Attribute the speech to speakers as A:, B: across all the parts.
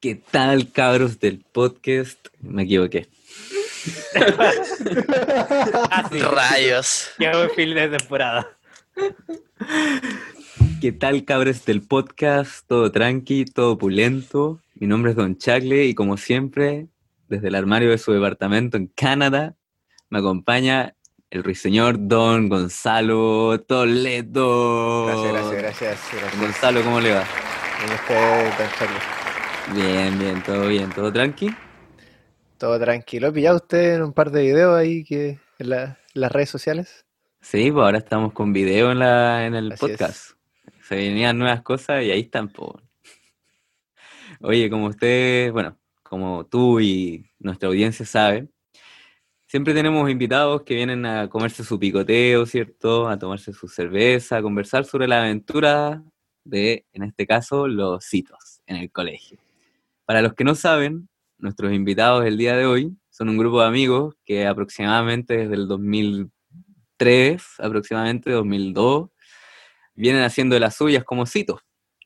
A: ¿Qué tal, cabros del podcast? Me equivoqué.
B: Así.
C: Rayos.
B: Ya fue fin de temporada.
A: ¿Qué tal, cabros del podcast? Todo tranqui, todo pulento. Mi nombre es Don Chacle y como siempre, desde el armario de su departamento en Canadá, me acompaña el ruiseñor Don Gonzalo Toledo.
D: Gracias, gracias, gracias. gracias.
A: Gonzalo, ¿cómo le va?
D: ¿Cómo está, don Charlie?
A: Bien, bien, todo bien, todo tranqui.
D: Todo tranquilo. ¿Pillado usted en un par de videos ahí que en la- las redes sociales?
A: Sí, pues ahora estamos con video en, la, en el
D: Así
A: podcast. Se venían nuevas cosas y ahí están, po. weón. Oye, como usted, bueno, como tú y nuestra audiencia sabe, siempre tenemos invitados que vienen a comerse su picoteo, ¿cierto? A tomarse su cerveza, a conversar sobre la aventura de, en este caso, los citos en el colegio. Para los que no saben, nuestros invitados el día de hoy son un grupo de amigos que aproximadamente desde el 2003, aproximadamente 2002, vienen haciendo de las suyas como ositos.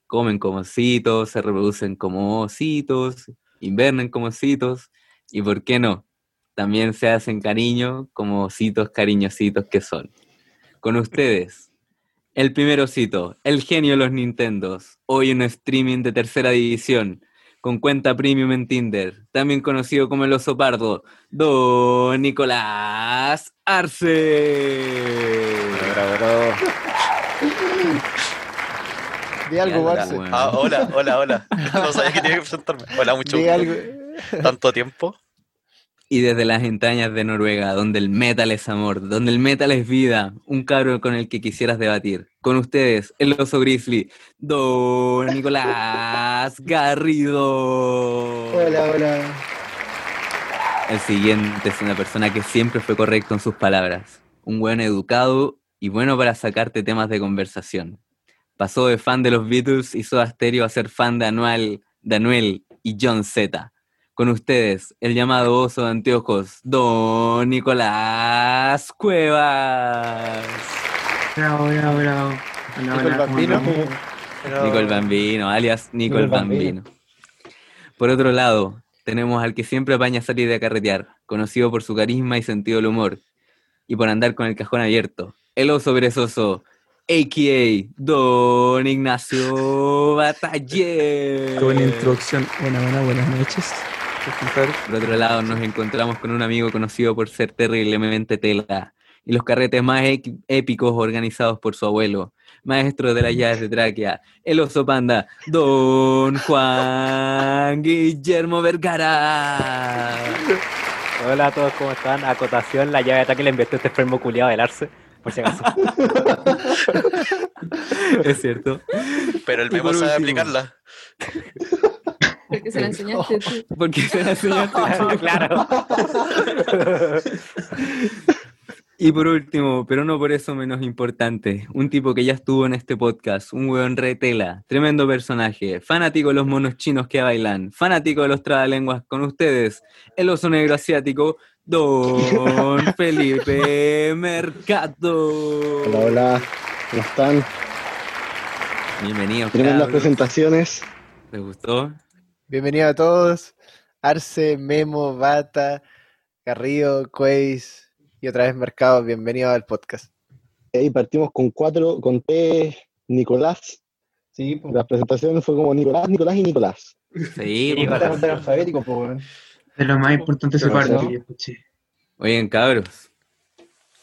A: Comen como ositos, se reproducen como ositos, invernan como ositos y, ¿por qué no? También se hacen cariño como ositos cariñositos que son. Con ustedes, el primer osito, el genio de los Nintendos, hoy en streaming de tercera división, con cuenta premium en Tinder, también conocido como el oso pardo, Don Nicolás Arce.
D: Bravo, bravo. Di algo,
A: Mierda,
D: Barce.
A: weón.
C: Ah, hola, hola, hola. No sabía que tenía que presentarme. Hola, mucho
D: Di
C: gusto.
D: algo.
C: Tanto tiempo.
A: Y desde las entrañas de Noruega, donde el metal es amor, donde el metal es vida, un cabro con el que quisieras debatir. Con ustedes, el oso grizzly, Don Nicolás Garrido.
D: Hola, hola.
A: El siguiente es una persona que siempre fue correcto en sus palabras. Un buen educado y bueno para sacarte temas de conversación. Pasó de fan de los Beatles y Soda Stereo a ser fan de Anuel, de Anuel y John Z. Con ustedes, el llamado oso de anteojos, Don Nicolás Cuevas.
E: Bravo, bravo, bravo. Hola,
D: Nico el
E: hola, ¿cómo
D: Bambino.
E: andamos?
C: Pero-
A: Nico el Bambino, alias Nico,
E: Nico
A: el
E: el Bambino.
A: Bambino. Por otro lado, tenemos al que siempre apaña salir de carretear, conocido por su carisma y sentido del humor, y por andar con el cajón abierto, el oso perezoso, a.k.a. Don Ignacio Batallé.
E: Qué buena introducción. Buena, buena, buenas noches.
A: Por otro lado, nos encontramos con un amigo conocido por ser terriblemente tela y los carretes más equi- épicos organizados por su abuelo, maestro de las llaves de tráquea, el oso panda, don Juan Guillermo Vergara.
B: Hola a todos, ¿cómo están? Acotación, la llave de ataque la inventó este enfermo culiado del arce, por si acaso.
A: Es cierto.
C: Pero el
A: Y por
C: memo sabe
A: último.
C: aplicarla.
F: Porque se la enseñaste tú.
A: Porque se la enseñaste tú.
B: claro.
A: Y por último, pero no por eso menos importante, un tipo que ya estuvo en este podcast, un weón retela, tremendo personaje, fanático de los monos chinos que bailan, fanático de los trabalenguas con ustedes, el oso negro asiático, Don Felipe Mercado.
G: Hola, hola, ¿cómo están?
A: Bienvenidos.
G: Tremendas
A: cabros.
G: presentaciones.
A: ¿Les gustó?
D: Bienvenido a todos. Arce, Memo, Bata, Garrido, Quays y otra vez Mercado. Bienvenido al podcast.
G: Ahí partimos con cuatro, con tres Nicolás.
H: Sí, po.
G: La presentación fue como Nicolás, Nicolás y Nicolás.
A: Sí.
B: Sí,
H: Era
A: bueno.
H: orden alfabético, po, weón.
E: De lo más importante esa
G: Gracias.
E: parte que yo escuché.
A: Oigan, cabros,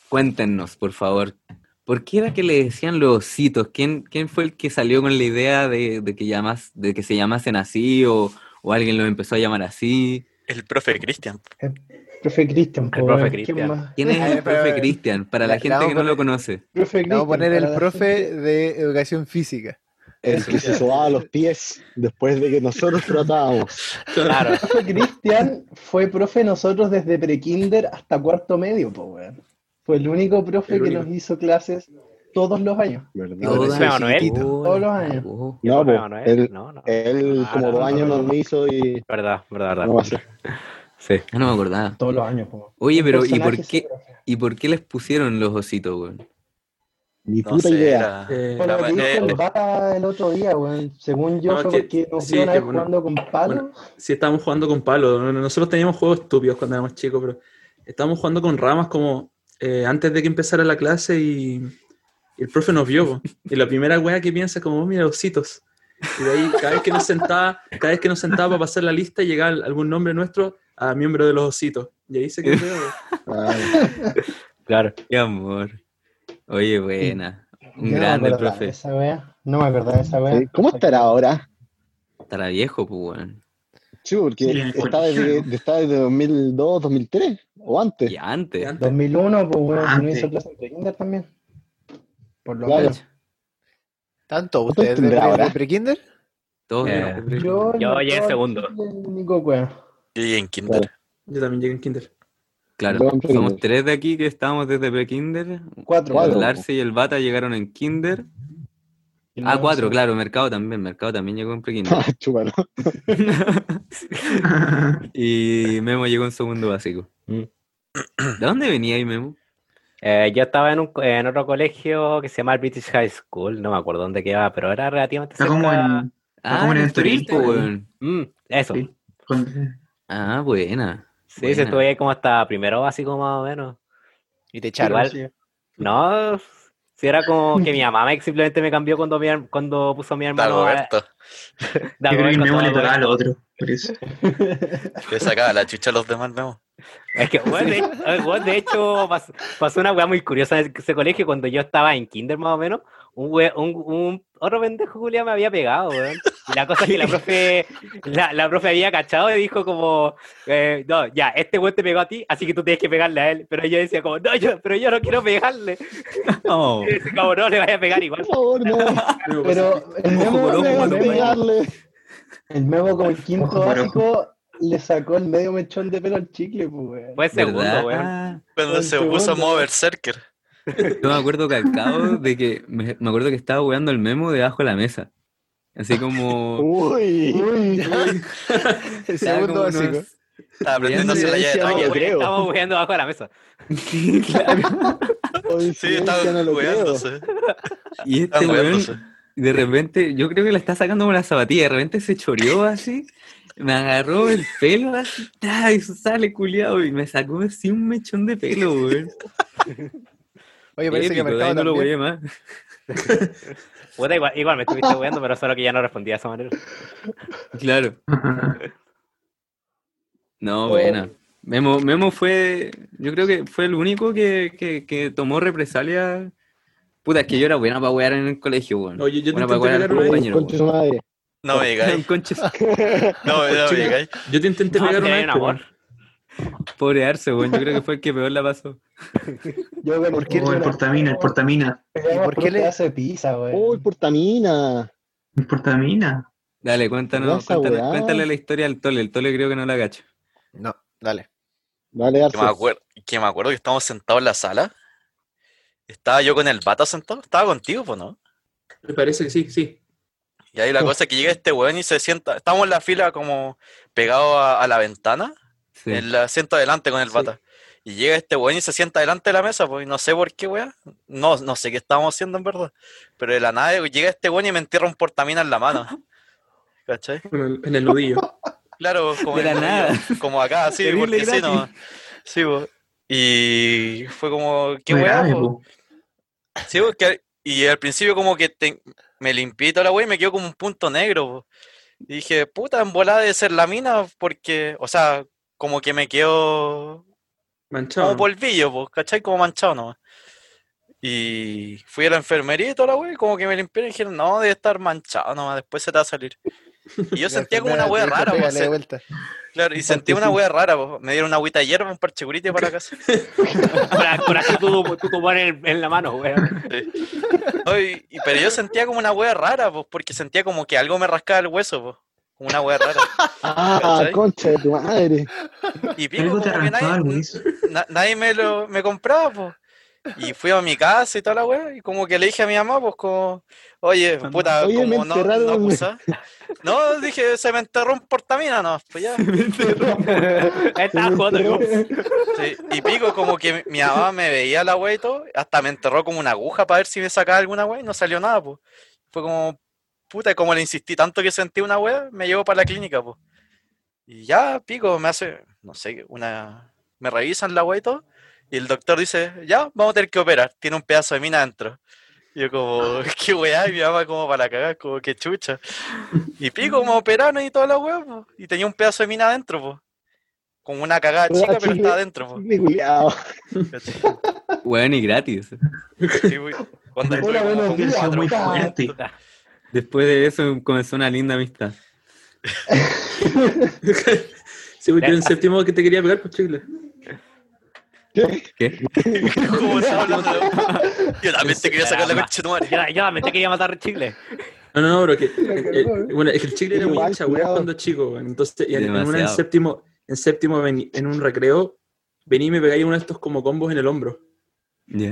A: cuéntenos, por favor, ¿por qué era que le decían los ositos? ¿Quién, quién fue el que salió con la idea de, de que, llamas, de que se llamasen así o, o alguien los empezó a llamar así?
C: El profe Cristian.
H: Profe Cristian, po,
B: El profe
H: weón.
B: Cristian.
H: ¿Quién más?
A: ¿Quién es
D: A
A: el
D: ver, pero,
A: profe
D: a ver,
A: Cristian? Para
D: la-
A: la
D: la
A: gente
D: vamos
A: que
D: a
A: no lo
D: poner-
A: conoce.
H: Profe
D: Le Vamos a poner
H: Cristian,
D: el
H: para la
D: profe
H: gente-
D: de educación física.
G: El que se sobaba los pies después de que nosotros tratábamos.
B: Claro.
H: Profe Cristian fue profe de nosotros desde prekinder hasta cuarto medio, po, weón. Fue el único profe
G: El
H: que
G: único.
H: nos hizo clases todos los años.
G: ¿verdad?
A: Todas-
B: ese Manuel?
G: chiquitito.
H: Todos los años.
A: Oh,
G: No, pues,
B: no, es?
G: él,
B: no, no.
G: él
B: Ah,
G: como
B: no,
G: dos
B: no,
G: años
B: no.
G: nos hizo y
B: Verdad, verdad, verdad.
G: no va a ser.
B: Sí.
A: ah, no me acordaba.
H: Todos los años, po.
A: Oye, pero ¿y por
H: Personaje ese
A: qué,
H: profe.
A: ¿y por qué les pusieron los ositos, weón?
G: Ni
C: No
G: puta
C: sé,
G: idea.
C: era-
E: Eh,
H: Por lo
C: La-
H: que dijo
C: eh,
H: el Bata el otro día, weón. Según yo,
E: No,
H: fue
E: que-
H: porque nos
E: sí,
H: vio una
E: que
H: vez
E: bueno,
H: jugando con palos.
E: bueno, Sí, estábamos jugando con palos. No- no- Nosotros teníamos juegos estúpidos cuando éramos chicos, pero estábamos jugando con ramas como eh, antes de que empezara la clase y, y el profe nos vio. po. Y la primera wea que piensa es como, "Oh, mira, ositos. Y de ahí, cada vez que nos sentaba, cada vez que nos sentaba para pasar la lista, llegaba algún nombre nuestro a miembro de los ositos. Y ahí se quedó.
G: Ay,
B: Claro.
A: Qué amor. Oye, buena. Un
H: Yo no me
A: grande el
H: acordaba de
A: profe.
H: Esa wea. No me acordaba de esa wea.
G: sí. eh, ¿Cómo estará ahora?
A: Estará viejo, pues, weón.
G: Sí, porque
E: Sí, en el
G: está desde,
E: colegio.
G: está desde 2002, 2003 o antes.
A: Y antes.
H: 2001, pues weón, si no
E: Antes.
H: hizo clase en Kinder también. Por lo
G: Claro.
H: menos.
D: ¿Tanto
G: ¿Cuánto
D: ustedes de,
G: tendrá
D: pre-
G: ahora?
D: de pre-kinder?
A: Todos.
B: Eh,
A: éramos-
H: Yo,
B: Yo
H: no
B: llegué en
H: puedo
B: segundo.
H: decir el único weón.
C: Y en kinder.
E: Yo también llegué en kinder.
A: Claro,
G: Yo en
A: somos
G: kinder.
A: tres de aquí que estábamos desde pre-kinder.
H: Cuatro.
G: Cuatro.
A: El Arce y el Bata llegaron en kinder.
H: weón.
A: Ah, cuatro, claro. Mercado también. Mercado también llegó en pre-kinder.
G: Chúpalo.
A: y Memo llegó en segundo básico.
B: Mm.
A: ¿De dónde venía ahí, Memo?
B: Eh, yo estaba en, un, co- en otro colegio que se llama el British High School, no me acuerdo dónde quedaba, pero era relativamente
E: Está como
B: cerca.
E: en.
A: Ah,
E: como en el
A: Estoril,
E: Toril,
A: po,
E: po,
A: weón.
B: Mm, eso.
E: Sí. con-
A: Ah, buena.
B: Sí,
A: buena.
B: se estuve ahí como hasta primero básico más o menos.
D: Y te echaron.
B: Igual, No, si era como que mi mamá me- simplemente me cambió cuando, mi, her- cuando puso a mi hermano. a-
C: Dagoberto.
B: Dagoberto,
E: Yo creo que el Memo le
B: Dagoberto.
E: tocaba al otro. Por eso.
D: eh.
C: Le sacaba la chucha a los demás, Memo.
B: Es que, weón, de, eh, weón, de hecho, pas- pasó, una weá muy curiosa en ese colegio cuando yo estaba en kinder más o menos. Un, we- un, un- otro pendejo Julia me había pegado, weón. Y la cosa es que la profe, la, la profe había cachado y dijo como, eh, no, ya, este weón te pegó a ti, así que tú tienes que pegarle a él. Pero ella decía como, no, yo, pero yo no quiero pegarle.
A: No.
G: Oh.
B: Y dice, como, no, le vaya a pegar igual.
G: Por favor, no.
H: Pero el memo,
A: por ojo,
H: el
G: Dejas
A: mano,
H: memo-
G: pegarle.
H: el memo como el
E: Ojo
H: quinto
E: por ojo.
H: básico le sacó el medio mechón de pelo al chicle, pues weón.
B: Fue segundo,
A: ¿Verdad? Ah,
B: weón.
G: Ah,
C: Cuando
H: Con
C: se puso a
H: segundo.
C: mover Berserker.
A: Yo me acuerdo calcado de que me, me acuerdo que estaba weando el memo debajo de la mesa. Así como.
G: Uy.
H: Uy,
D: El
A: estaba
D: segundo
A: como
D: básico.
A: unos-
C: Estaba aprendiendo a hacer la llave de
G: No,
B: Estamos
C: Tokio.
G: yo
B: we-
G: creo.
B: estamos weando abajo de la mesa.
A: Sí, claro.
C: Sí, estaba
G: no lo creo.
C: jugándose.
A: Y este
C: Estaba
A: weón,
C: jugándose.
A: de repente, yo creo que la está sacando con la zapatilla, de repente se choreó así, me agarró el pelo así, ta, y sale culiado, y me sacó así un mechón de pelo, weón.
D: Oye, parece
A: Épico,
D: que
A: de ahí
D: Mercado
A: no lo
D: también.
A: weé más.
B: Puta, igual, igual me estuviste weando, pero solo que ya no respondía de esa manera.
A: Claro.
D: Oh.
A: No, bueno. Memo, Memo fue, yo creo que fue el único que, que, que tomó represalia. Puta, es que yo era buena para wear en el colegio, weón.
E: No, yo- yo te
A: buena para
E: intenté
A: wear al
E: pegar una vez,
A: compañero,
G: Concha su
A: weón.
G: madre.
C: No me
A: Era un
C: digáis.
A: conche su-
C: No, no me digáis.
E: Yo te intenté
B: No,
E: pegar
B: te
E: una
B: doy
E: vez.
B: un
E: pero-
B: amor.
A: Pobre Arce, weón. Yo creo que fue el que peor la pasó.
H: yo con
D: ¿Por qué
E: Oh, el
D: no?
E: portamina, el portamina.
H: ¿Y por qué le hace pizza,
G: Oh, el
H: weón?
G: portamina.
E: El portamina.
A: Dale, cuéntanos,
G: Esa
A: cuéntanos-
G: weá.
A: cuéntale la historia al Tole. El Tole creo que no la cacho.
D: No, dale.
G: Dale,
C: Que
G: Arce.
C: me, acuer- que me acuerdo que estábamos sentados en la sala. Estaba yo con el bata sentado. Estaba contigo, pues, ¿no?
E: Me parece que sí, sí.
C: Y ahí la
G: Sí.
A: Oh.
C: cosa es que llega este weón y se sienta. Estamos en la fila como pegados a, a la ventana.
A: Sí.
C: El asiento adelante con el bata. Y llega este weón y se sienta delante de la mesa, pues y no sé por qué, weón. No, no sé qué estábamos haciendo en verdad. Pero de la nada llega este weón y me entierra un portamina en la mano. ¿Cachai?
E: Bueno, en- en el nudillo.
C: Claro, pues, como,
A: De
C: en
A: la
C: el bolillo,
A: nada.
C: como acá, sí,
A: Terrible
C: porque sí,
A: gratis.
C: no. Sí, po. Y fue como, qué
E: No es
C: weá, pues?
E: grave,
C: po.
E: po.
C: Sí, po, que- y al principio como que te- me limpié y toda la weá y me quedó como un punto negro, po. Y dije, puta, en volada de ser la mina, porque, o sea, como que me quedó
E: Manchado.
C: como
E: ¿no?
C: polvillo, po, ¿cachai? Como manchado nomás. Y fui a la enfermería y toda la wea, y como que me limpiaron y dijeron, no, debe estar manchado nomás, después se te va a salir. Y yo sentía como una wea
D: hueá
C: rara, po, se-
D: de vuelta.
C: claro, y sentía una wea rara, po. me dieron una agüita de hierba, un parche curite para la casa.
B: Por, por así tú, tú tu mano en, en la mano, weón.
C: No, y- y- pero yo sentía como una wea rara, pues, porque sentía como que algo me rascaba el hueso, pues. Como una wea rara.
G: Ah,
C: ¿Cachai?
G: concha de tu madre.
C: Y pico,
E: Algo te
C: como que
E: arrancaba,
C: nadie,
E: Luis.
C: na- nadie me lo me compraba, pues. Y fui a mi casa y toda la weá, y como que le dije a mi mamá, pues como, oye, puta,
G: Oye, me
C: como no,
G: enterraron.
C: no acusá". No, dije, se me enterró un portamina, no, pues ya.
B: Estaba jugando
G: Pero-
B: con-
C: Sí, Y pico, como que mi mamá me veía la wea y todo, hasta me enterró como una aguja para ver si me sacaba alguna wea y no salió nada, pues. Fue como, puta, y como le insistí tanto que sentí una wea, me llevó para la clínica, pues. Y ya, pico, me hace, no sé, una. Me revisan la wea y todo, y el doctor dice, ya, vamos a tener que operar, tiene un pedazo de mina adentro. Y yo como, qué weá, y mi mamá como para la cagar, como que chucha. Y pico, me operaron y toda la wea, po, y tenía un pedazo de mina adentro, pues. Como una cagada
G: Wea,
C: chica, pero
G: chique.
C: estaba adentro, po.
G: Mi culiao.
C: ¿Cachai?
A: Bueno, y gratis.
C: Sí, güey. Cuando
E: Una
C: estuve
H: buena
C: como
E: Hubiera sido muy
H: puta.
E: fuerte.
A: Después de eso comenzó una linda amistad.
E: Sí, pues yo en séptimo que te quería pegar, pues chicle.
A: ¿Qué?
C: ¿Cómo estaba hablando? Yo también te quería sacar la concha de tu madre.
B: Yo, yo también te quería matar chicle.
E: No, no, no, pero que.
H: cagó,
E: eh, bueno, es que el chicle era muy
G: Igual,
E: hincha, weón,
G: cuidado.
E: cuando chico, weón. Entonces, y en, en una en
A: Demasiado.
E: séptimo, en séptimo vení- en un recreo, vení y me pegáis uno de estos como combos en el hombro.
A: Ya.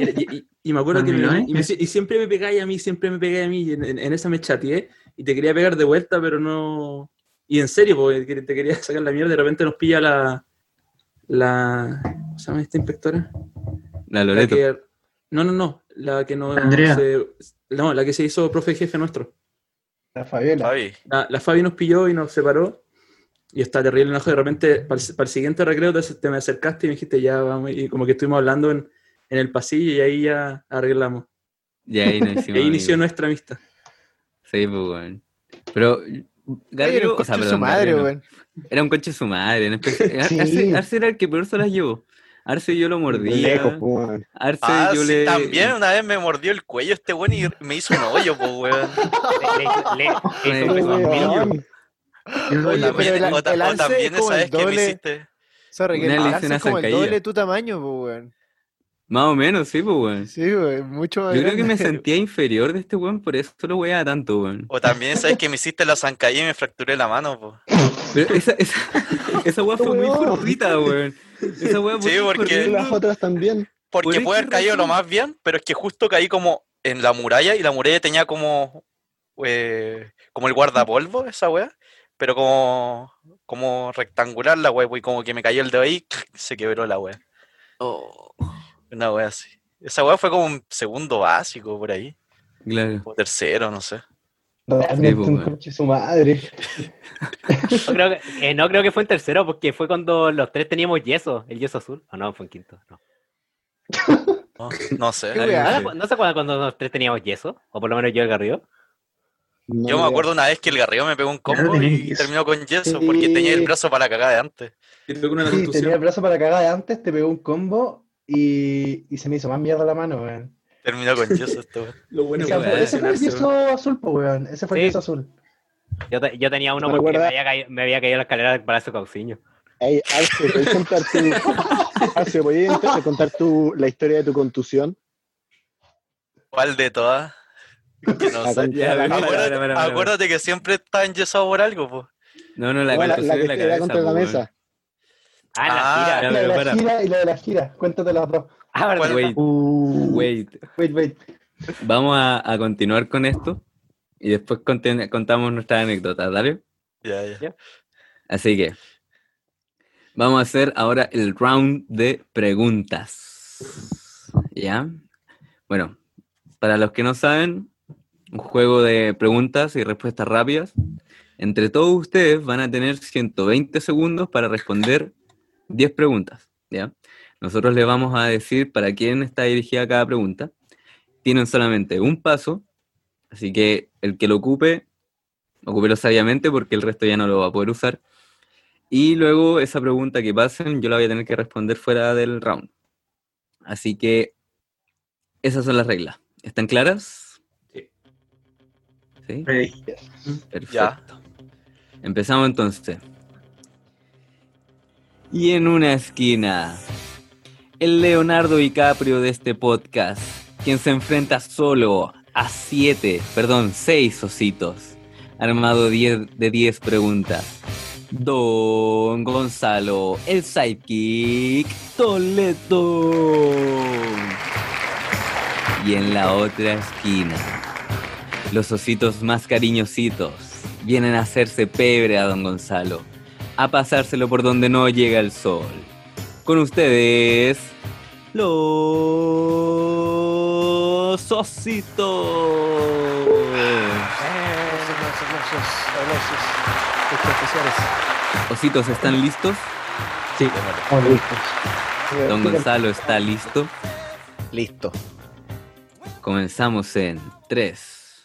E: Y, y- y me acuerdo que me-
I: ¿Dormilones?
E: y, me- y siempre me pegáis a mí, siempre me pegáis a mí, y en, en- en esa me chateé, y te quería pegar de vuelta, pero no... Y en serio, porque que- te quería sacar la mierda, de repente nos pilla la... la ¿Cómo se llama esta inspectora?
A: La
E: La
A: Loreto.
E: que- no, no, no, la que no...
I: Andrea.
E: se- no, la que se hizo profe jefe nuestro.
H: La Fabiola.
C: Ay,
E: La, la Fabi nos pilló y nos separó, y está terrible enojo, de repente, para el, siguiente recreo te, te me acercaste y me dijiste, ya, vamos, y como que estuvimos hablando en, en el pasillo, y ahí ya arreglamos.
A: Y ahí nos hicimos
E: ahí E inició
A: amigos.
E: nuestra amistad.
A: Sí, pues, weón. Pero.
D: Oye, era
A: Garrido,
D: un
A: o sea,
D: coche
A: perdón,
D: su madre,
A: Garrido no.
D: weón.
A: Era un coche su madre. en especial-
G: Sí.
A: Arce, Arce era el que peor se las llevó. Arce yo lo mordía.
G: Lejos, po, weón.
A: Arce
C: ah,
A: yo
C: sí,
A: le.
C: también una vez me mordió el cuello este weón y me hizo un hoyo, pues, weón.
B: Le, le- le- le hizo
A: Ay,
B: un
A: weón.
B: conmigo.
G: Weón,
I: Yo,
C: O
D: Oye,
C: también,
D: pero el-
C: o ta-
D: el
C: o
D: alce
C: también
D: es como el
C: esa vez que me
D: doble-
C: hiciste.
D: Sorry, que
A: Una
D: el
A: le hice
D: Arce
A: una
D: es como el
A: zancadilla.
D: doble de tu tamaño, pues, weón.
A: Más o menos, sí, pues, weón.
D: Sí, weón, mucho más
A: Yo creo que me
D: grande.
A: sentía inferior de este weón, por eso lo weaba tanto, weón.
C: O también sabes que me hiciste la zancadilla y me fracturé la mano, pues.
A: Pero esa, esa, esa weá fue muy
G: Weón.
A: fortuita, weón. Esa weá
C: Sí,
A: fue
C: porque-
G: Y
A: corriendo.
G: las otras también.
A: Por
C: Porque puede
A: X
C: haber caído lo
A: razón.
C: más bien, pero es que justo caí como en la muralla y la muralla tenía como eh, como el guardapolvo, esa weá, pero como, como rectangular la weá, pues, y como que me cayó el dedo ahí se quebró la weá. Una weá así. Esa weá fue como un segundo básico por ahí,
A: Claro.
C: o tercero, no sé.
H: Realmente
A: Sí, pues,
H: un
A: weón.
H: coche su madre.
B: No creo, que, eh, no creo que fue en tercero, porque fue cuando los tres teníamos yeso, el yeso azul. O no, fue en quinto. No,
C: No, no sé.
D: Qué
A: Algo
D: weá.
A: así.
B: ¿No se acuerdan cuando los tres teníamos yeso? O por lo menos yo el garrido.
G: No,
C: Yo me
G: mira.
C: acuerdo una vez que el Garrido me pegó un combo
I: tenía
C: y
I: yeso.
C: terminó con yeso porque tenía el
H: Sí.
C: brazo para la cagada de antes.
E: Y tuve una
H: Sí, tenía el
E: contusión.
H: brazo para cagar de antes, te pegó un combo y, y se me hizo más mierda la mano, weón.
C: Terminó con yeso este weón.
E: Lo bueno
H: Esa
E: que
A: weá,
H: fue- ese fue el
E: lesionarse,
H: yeso
E: weón.
H: azul, pues, weón. Ese fue el
B: Sí.
H: yeso azul.
B: Yo, te- yo tenía uno
G: ¿Me
B: porque me
G: recuerda?
B: había, caído, me había caído la escalera del Palacio Cauciño.
G: Ey, Arce, ¿puedes contar tu... Arce, ¿podías entonces contar tu... la historia de tu contusión?
C: ¿Cuál de todas? Que no
G: La
C: sé.
G: con-
A: Ya,
G: la-
A: mira,
G: la-
A: mira,
C: Acuérdate,
A: mira, mira.
C: acuérdate que siempre está enyesado por algo, pues.
A: No, no, la
G: la- la
A: contusión
G: que
A: en la
G: te da
A: cabeza.
G: contra la
A: po, weón.
G: mesa.
B: Ah, en la
C: Ah,
A: Ya,
B: tira.
H: la de
A: pero
H: la
A: para.
H: gira y la de la gira. Cuéntate las dos.
B: Ah, verdad.
A: Wait,
H: Uh,
A: wait.
H: wait, wait.
A: Vamos a, a continuar con esto y después conten- contamos nuestras anécdotas, ¿dale?
C: Ya, ya.
A: Así que vamos a hacer ahora el round de preguntas. ¿Ya? Bueno, para los que no saben, un juego de preguntas y respuestas rápidas. Entre todos ustedes van a tener 120 segundos para responder 10 preguntas. ¿Ya? Nosotros les vamos a decir para quién está dirigida cada pregunta. Tienen solamente un paso, así que el que lo ocupe, ocúpelo sabiamente porque el resto ya no lo va a poder usar. Y luego esa pregunta que pasen, yo la voy a tener que responder fuera del round. Así que esas son las reglas. ¿Están claras?
E: Sí.
A: Sí,
I: Rey.
A: perfecto.
C: Ya.
A: Empezamos entonces. Y en una esquina, el Leonardo DiCaprio de este podcast, quien se enfrenta solo a siete, perdón, seis ositos, armado diez- de 10 preguntas. Don Gonzalo, el sidekick Toledo. y en la otra esquina. Los ositos más cariñositos vienen a hacerse pebre a don Gonzalo, a pasárselo por donde no llega el sol. Con ustedes, los ositos. Ositos, ¿están listos?
E: Sí.
A: Don Gonzalo está listo.
D: Listo.
A: Comenzamos en 3,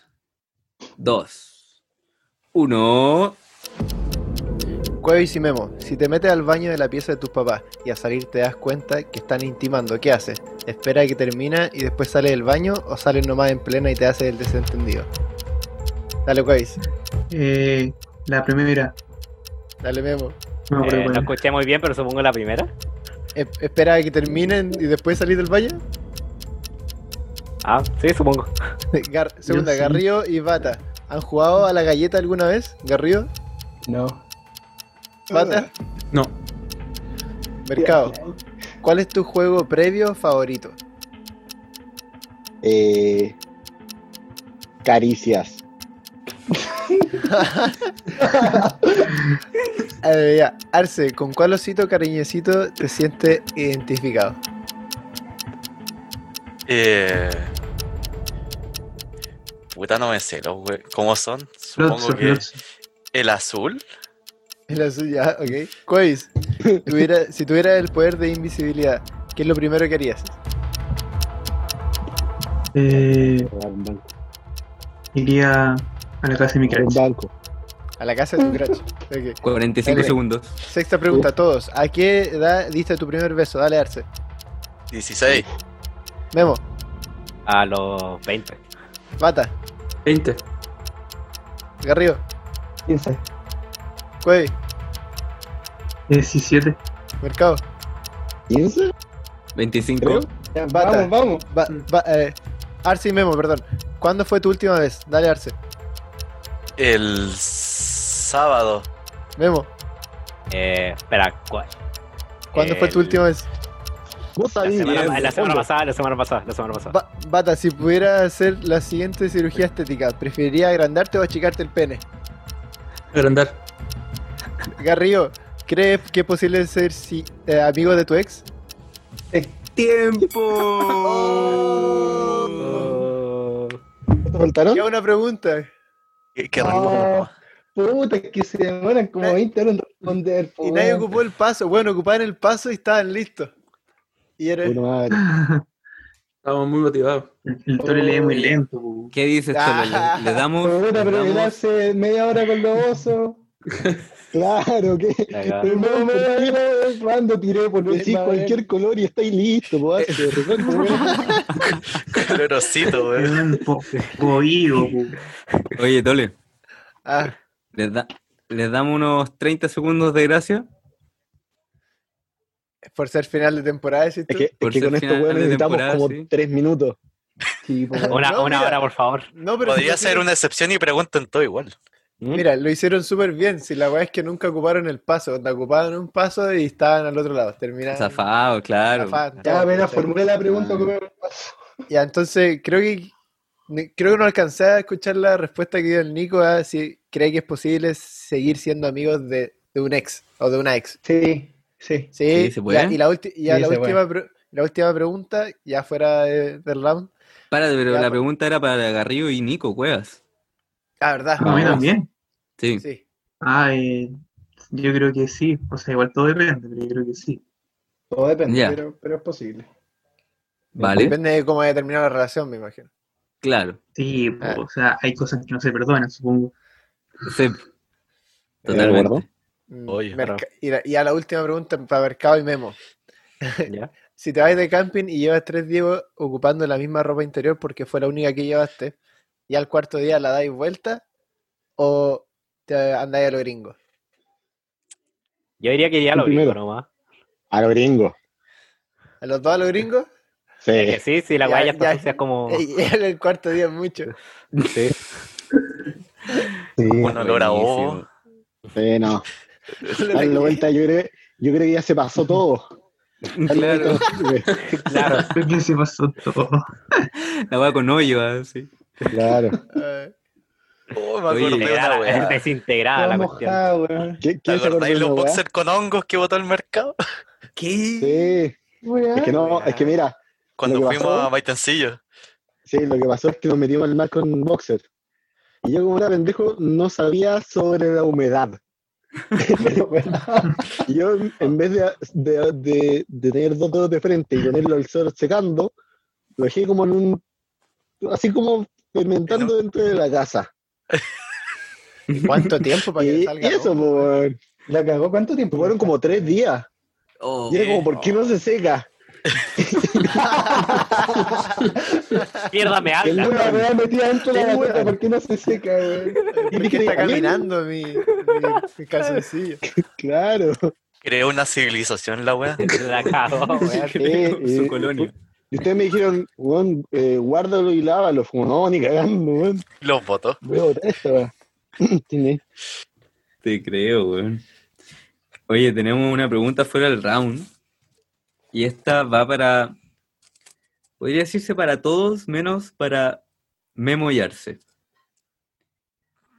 A: 2, 1.
D: Cuevis y Memo, si te metes al baño de la pieza de tus papás y al salir te das cuenta que están intimando, ¿qué haces? ¿Espera a que termina y después sales del baño o sales nomás en plena y te haces el desentendido? Dale, Cuevis.
I: Eh, la primera.
D: Dale, Memo.
I: No me acuerdo
B: Eh,
I: cuál
B: no
I: era.
B: escuché muy bien, pero supongo la primera.
D: E- ¿Espera a que terminen y después salir del baño?
B: Ah, sí, supongo.
D: Gar- segunda,
I: sí.
D: Garrido y Bata. ¿Han jugado a la galleta alguna vez? Garrido,
H: No. Ah.
D: Bata,
E: No.
D: Mercado. ¿Cuál es tu juego previo favorito?
G: Eh, caricias.
D: Eh, ya. Arce, ¿con cuál osito cariñosito te sientes identificado?
C: Eh... Puta, no me sé los güey. ¿Cómo son? Supongo
I: Flotso,
C: que
I: flotso.
C: el azul.
D: Es la suya, ok. Cois, tuviera- si tuvieras el poder de invisibilidad, ¿qué es lo primero que harías?
I: Eh,
G: Robar un banco.
I: iría a la casa de mi
G: Robar un
I: crush.
G: banco.
D: A la casa de tu crush. Ok.
A: 45
D: Dale.
A: segundos.
D: Sexta pregunta, a todos. ¿A qué edad diste tu primer beso? Dale, Arce.
C: 16.
D: Memo,
B: A los 20.
D: Bata,
E: 20.
D: Garrido,
H: 15.
D: Cuey,
I: 17.
D: Mercado,
G: ¿15?
A: 25.
G: Creo.
H: Ya,
D: Bata.
H: vamos, vamos.
D: Ba- ba- eh, Arce y Memo, perdón. ¿Cuándo fue tu última vez? Dale, Arce.
C: El sábado.
D: Memo,
B: Eh, espera, ¿cuál?
D: ¿cuándo fue tu
B: El-
D: última vez?
G: Vos
B: La
G: sabías.
B: semana, la semana
G: Fondo.
B: pasada, la semana pasada, la semana pasada.
D: Ba- Bata, si pudieras hacer la siguiente cirugía estética, ¿preferirías agrandarte o achicarte el pene?
E: Agrandar.
D: Garrido, ¿crees que es posible ser si- eh, amigo de tu ex?
B: Oh.
G: ¿Te preguntaron?
D: Ya una pregunta.
C: Qué, qué rico.
H: Oh, puta, es que se demoran como
D: Nadie-
H: 20 horas en responder. po,
D: Y nadie
H: weón.
D: ocupó el paso. Bueno, ocupaban el paso y estaban listos. Y era...
G: Puta madre.
E: Estábamos muy motivados.
I: El Tori lee muy lento. po.
A: ¿Qué dices, Cholo? Le- ¿Le, damos?
H: Puta,
A: le
H: pero
A: damos-
H: quedarse media hora con los osos.
G: Claro, que
D: eh,
B: Venga.
H: Primero me tiré, cuando tiré por
G: decís
H: última vez.
G: cualquier color y estáis listo, po, Arce. Recuerda, weón.
C: Colorosito,
I: Es
C: güey.
I: un po- bohío, po.
A: Oye, Tole,
D: Ah,
A: ¿les, da- les damos unos 30 segundos de gracia?
D: por ser final de temporada, decís tú.
G: Es que, es
A: Por
G: que
A: ser
G: con estos
A: final de
G: weones necesitamos
A: temporada,
G: como
A: sí.
G: tres minutos.
H: Sí, po, weón.
B: Una,
D: No,
B: una
D: mira.
B: hora, por favor.
D: No, pero
C: Podría
D: si lo
C: ser
D: hicieron-
C: una excepción y pregunten todo igual.
A: ¿Mm?
D: Mira, lo hicieron súper bien. Si la weá es que nunca ocuparon el paso. Onda, ocupaban un paso y estaban al otro lado. Terminaron.
A: Zafado, claro.
D: zafaban todo,
H: Ya, apenas
D: ¿cachai?
H: formulé la pregunta. ¿cómo me
D: Ya, entonces creo que ne- creo que no alcancé a escuchar la respuesta que dio el Nico a si cree que es posible seguir siendo amigos de, de un ex o de una ex.
H: Sí, sí.
D: Sí,
A: Sí, se puede.
D: ya, y la, ulti- y ya
H: Sí,
D: la
H: se
D: última pre- la última pregunta, ya fuera de- del round.
A: Para, pero
D: Ya,
A: la
D: pues.
A: pregunta era para Garrido y Nico Cuevas.
D: Ah, verdad.
I: Ah, bueno, bien.
A: Sí.
D: Sí.
I: Ah, eh, yo creo que sí. O sea, igual todo depende, pero yo creo que sí.
H: Todo depende,
A: Ya.
H: pero, pero es posible.
A: ¿Vale?
D: Depende de cómo haya terminado la relación, me imagino.
A: Claro.
I: Sí, po,
D: Ah.
I: o sea, hay cosas que no se perdonan, supongo.
A: Sí.
G: acuerdo.
A: Totalmente.
D: Mm,
C: Oye,
D: Merca- y, la- y a la última pregunta para Mercado y Memo.
B: Ya.
D: Si te vas de camping y llevas tres días ocupando la misma ropa interior porque fue la única que llevaste, y al cuarto día la dais vuelta o te andáis a lo gringo.
B: Yo diría que ya
G: El
B: lo vi,
G: primero.
B: nomás.
G: A los gringgo.
D: A los dos a lo gringo,
G: Sí.
B: Que sí, sí, la
D: Ya,
B: guaya está
D: ya.
B: sucia es como.
D: y el cuarto día es mucho.
G: Sí,
C: Un olor a
A: Buenísimo.
C: ovo.
G: sí, no. Darle vuelta, yo creo, yo creo que ya se pasó todo.
A: Claro,
B: Claro.
I: Creo que se pasó todo.
A: la weá con hoyo, ah, así.
G: Claro.
D: Ay,
C: Oh, me
A: Oye,
C: acordé de
D: Ah,
C: una weá.
B: Desintegrada, desintegrada la
H: Todo
B: cuestión.
H: mojado, weón.
C: ¿Te
G: ¿Qui- ¿Quién se acordó
C: acordáis
G: de
C: los
G: una weá?
C: boxers con hongos que botó al mercado?
A: ¿Qué?
G: Sí.
H: Weón.
G: Es que no, es que mira,
C: Cuando
G: que
C: fuimos
G: pasó?
C: a Baitencillo.
G: sí, lo que pasó es que nos metimos al mar con boxer. Y yo como era pendejo no sabía sobre la humedad. Pero bueno, yo en vez de, de- de- de tener dos dedos de frente y ponerlo al sol secando, lo dejé como en un... así como fermentando dentro de la casa.
D: ¿Y cuánto tiempo para que
G: Y,
D: salga?
G: y eso,
D: algo?
G: pues,
H: ¿La cagó cuánto tiempo?
G: fueron como tres días.
A: Oh,
G: Y era como, ¿por qué no se seca?
B: Mierda me
G: Tengo
B: habla.
G: una-
H: Una weá metida dentro de la
G: Tengo
H: gata,
G: una-
H: ¿por qué no se seca, weón?
D: Dime que está
G: Bien.
D: caminando mi, mi, mi calzoncillo.
G: Claro.
C: Creó una civilización la weá.
B: La cagó, weón.
G: Eh, eh,
A: su colonia.
G: Y ustedes me dijeron, weón, eh, guárdalo y lávalo. Como, no, ni cagando, weón.
C: Los votó.
G: Voy a botar esta, weón. Tiene-
A: Te creo, weón. Oye, tenemos una pregunta fuera del round. Y esta va para. Podría decirse para todos, menos para memollarse.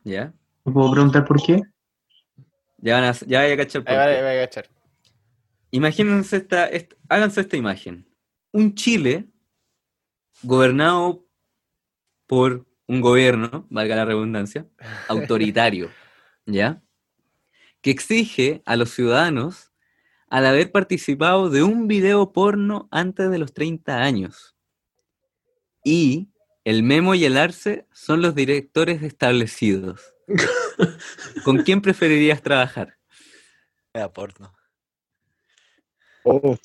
A: ¿Ya?
I: ¿Me puedo preguntar por qué?
A: Ya van a, ya voy a cachar por
D: Ahí va,
A: qué.
D: ahí va a agachar.
A: Imagínense esta, est- háganse esta imagen. Un Chile gobernado por un gobierno, valga la redundancia, autoritario, ¿ya? Que exige a los ciudadanos al haber participado de un video porno antes de los 30 años. Y el Memo y el Arce son los directores establecidos. ¿Con quién preferirías trabajar?
C: Era porno.
G: Oh, Eh,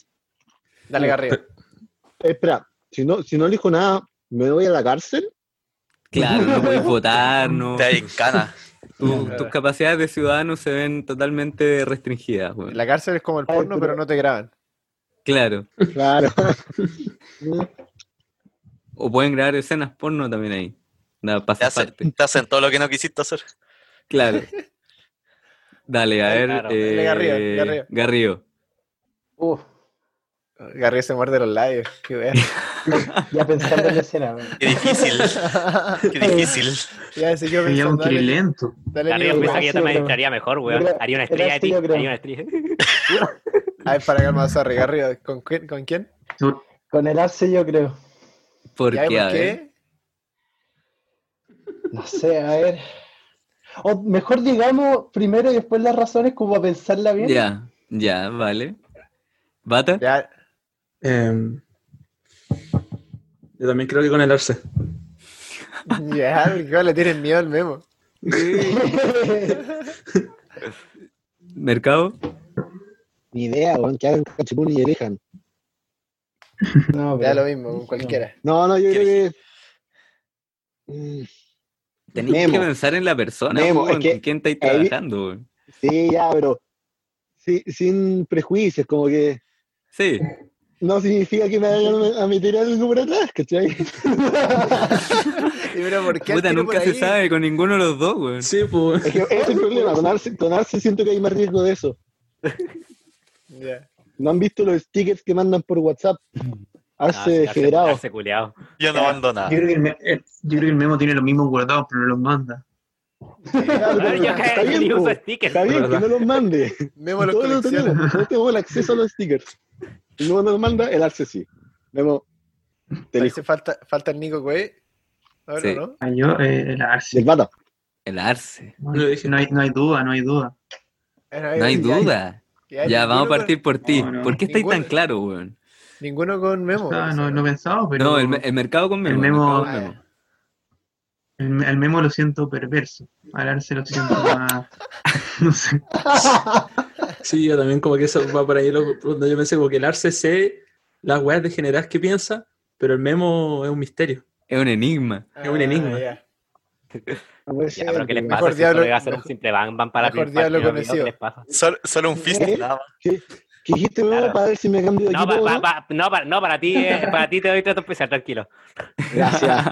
D: Dale, Garrido.
G: espera, si no, si no elijo nada, ¿me voy a la cárcel?
A: Claro, no puedes votar, no.
C: Te en cana.
A: Tu- tus capacidades de ciudadano se ven totalmente restringidas, weón.
D: La cárcel es como el
G: Ay,
D: porno,
G: pero-
D: pero no te graban.
A: Claro.
G: Claro.
A: O pueden grabar escenas porno también ahí. Da,
C: Te
A: pasa
C: hacen,
A: parte.
C: te hacen todo lo que no quisiste hacer.
A: Claro. Dale, a
B: Ay,
A: ver.
B: claro.
A: eh,
D: Dale, Garrido, Garrido.
A: Garrido.
H: Uf,
D: Garrido se muerde los labios. Qué wea.
H: ya pensando en la escena, weón.
C: Qué difícil. Qué difícil.
D: ya se quedó
I: Sería un
D: pensando.
I: tiro
D: Dale,
I: lento.
D: dale,
B: Arriba
D: Nico.
B: piensa que
H: Ignacio,
B: yo también
H: creo.
B: entraría mejor, weón.
H: Creo-
B: Haría una
H: creo
B: estrella de
H: que
B: ti.
H: yo creo.
B: Haría una estrella.
D: A ver, para calmar, sorry, Garrido. ¿Con, quién- ¿Con quién?
H: Con el arce yo creo.
A: ¿Por
D: ¿Ya
A: qué? A
D: por
A: ver.
D: qué?
H: No sé, a ver. O mejor digamos primero y después las razones como a pensarla bien.
A: Ya, ya, vale. ¿Bata?
D: Ya,
E: Em, yo también creo que con el Arce.
D: ya, amigo, le tienen miedo al memo.
A: ¿Mercado?
G: Ni idea, weón, que hagan cachipún y elijan.
H: No,
D: Ya lo
H: pero...
D: mismo, con cualquiera.
G: No, no, yo
C: ¿Qué
G: creo que. Mm,
A: Tenéis que
G: Memo.
A: pensar en la persona,
G: Memo,
A: weón,
G: es que
A: con quién estáis
G: ahí-
A: trabajando, weón.
G: Sí, ya, pero. sí, sin prejuicios, como que.
A: Sí.
G: No significa que me hagan a meter algo por atrás, ¿cachai?
D: Y mira, ¿por qué? al
A: Puta,
D: tiro
A: nunca
D: por
A: se
D: ahí?
A: sabe con ninguno de los dos, weón.
E: Sí, pues.
G: Es que ese es el problema. Con Arce, con Arce siento que hay más riesgo de eso.
D: Ya.
G: ¿No han visto los stickers que mandan por WhatsApp?
B: Ah,
G: Arce
B: sí,
G: degenerado.
B: Arce culiao.
C: Yo no mando nada.
I: Yo creo, que el me- el- yo creo que el Memo tiene los mismos guardados, pero no los manda.
D: Ah,
G: Claro,
B: Ay,
G: pero
B: Yo
G: está
B: que-
G: bien,
B: yo
G: po.
B: uso stickers.
G: Está bien, que no los mande.
D: Memo los
G: Todos lo
D: colecciona.
G: tenemos, todos tenemos el acceso a los stickers. No nos manda el Arce sí. Memo, te
D: Ahí
G: elijo.
D: se falta, falta el Nico Cuey. Ahora
A: Sí.
D: no.
I: Ah, Yo, eh, el Arce.
G: Del Bata.
A: El Arce.
I: No hay, no hay- no hay duda, no hay duda.
D: Eh,
A: No hay
D: ya-
A: duda.
D: ya hay
A: Ya, vamos a
D: ninguno
A: partir por ti.
I: No, no.
A: ¿Por qué estáis tan
D: Ninguno.
A: claro, weón?
D: con- ninguno con Memo.
I: Ah, no, no he pensado, pero.
A: No, el, me- el mercado con Memo.
I: el
A: mercado
I: Memo-
A: con Memo.
I: El, me- al Memo lo siento perverso. Al Arce lo siento más. No sé.
E: Sí, yo también como que eso va por ahí. Lo, cuando yo pensé como que el Arce sé las weas degeneradas que piensa, pero el Memo es un misterio.
A: Es un enigma.
D: Ah,
E: es un enigma.
D: ya.
G: No puede
B: Ya,
G: ser,
B: pero ¿qué les
G: weón.
B: pasa?
D: Mejor
B: si
D: diablo-
B: solo le va a hacer un
D: mejor-
B: simple van, van para
D: mejor
B: Pin
D: diablo
B: Park, yo no veo
D: conocido.
B: ¿Qué les pasa?
C: Solo, solo un fist
G: ¿Eh?
C: nada más.
G: ¿Qué, qué dijiste, Memo,
B: Claro.
G: para ver si me cambio de
B: No,
G: equipo?
B: pa-
G: no?
B: pa- pa- no, para, no, para ti, eh, para ti te doy trato especial, tranquilo.
G: Gracias.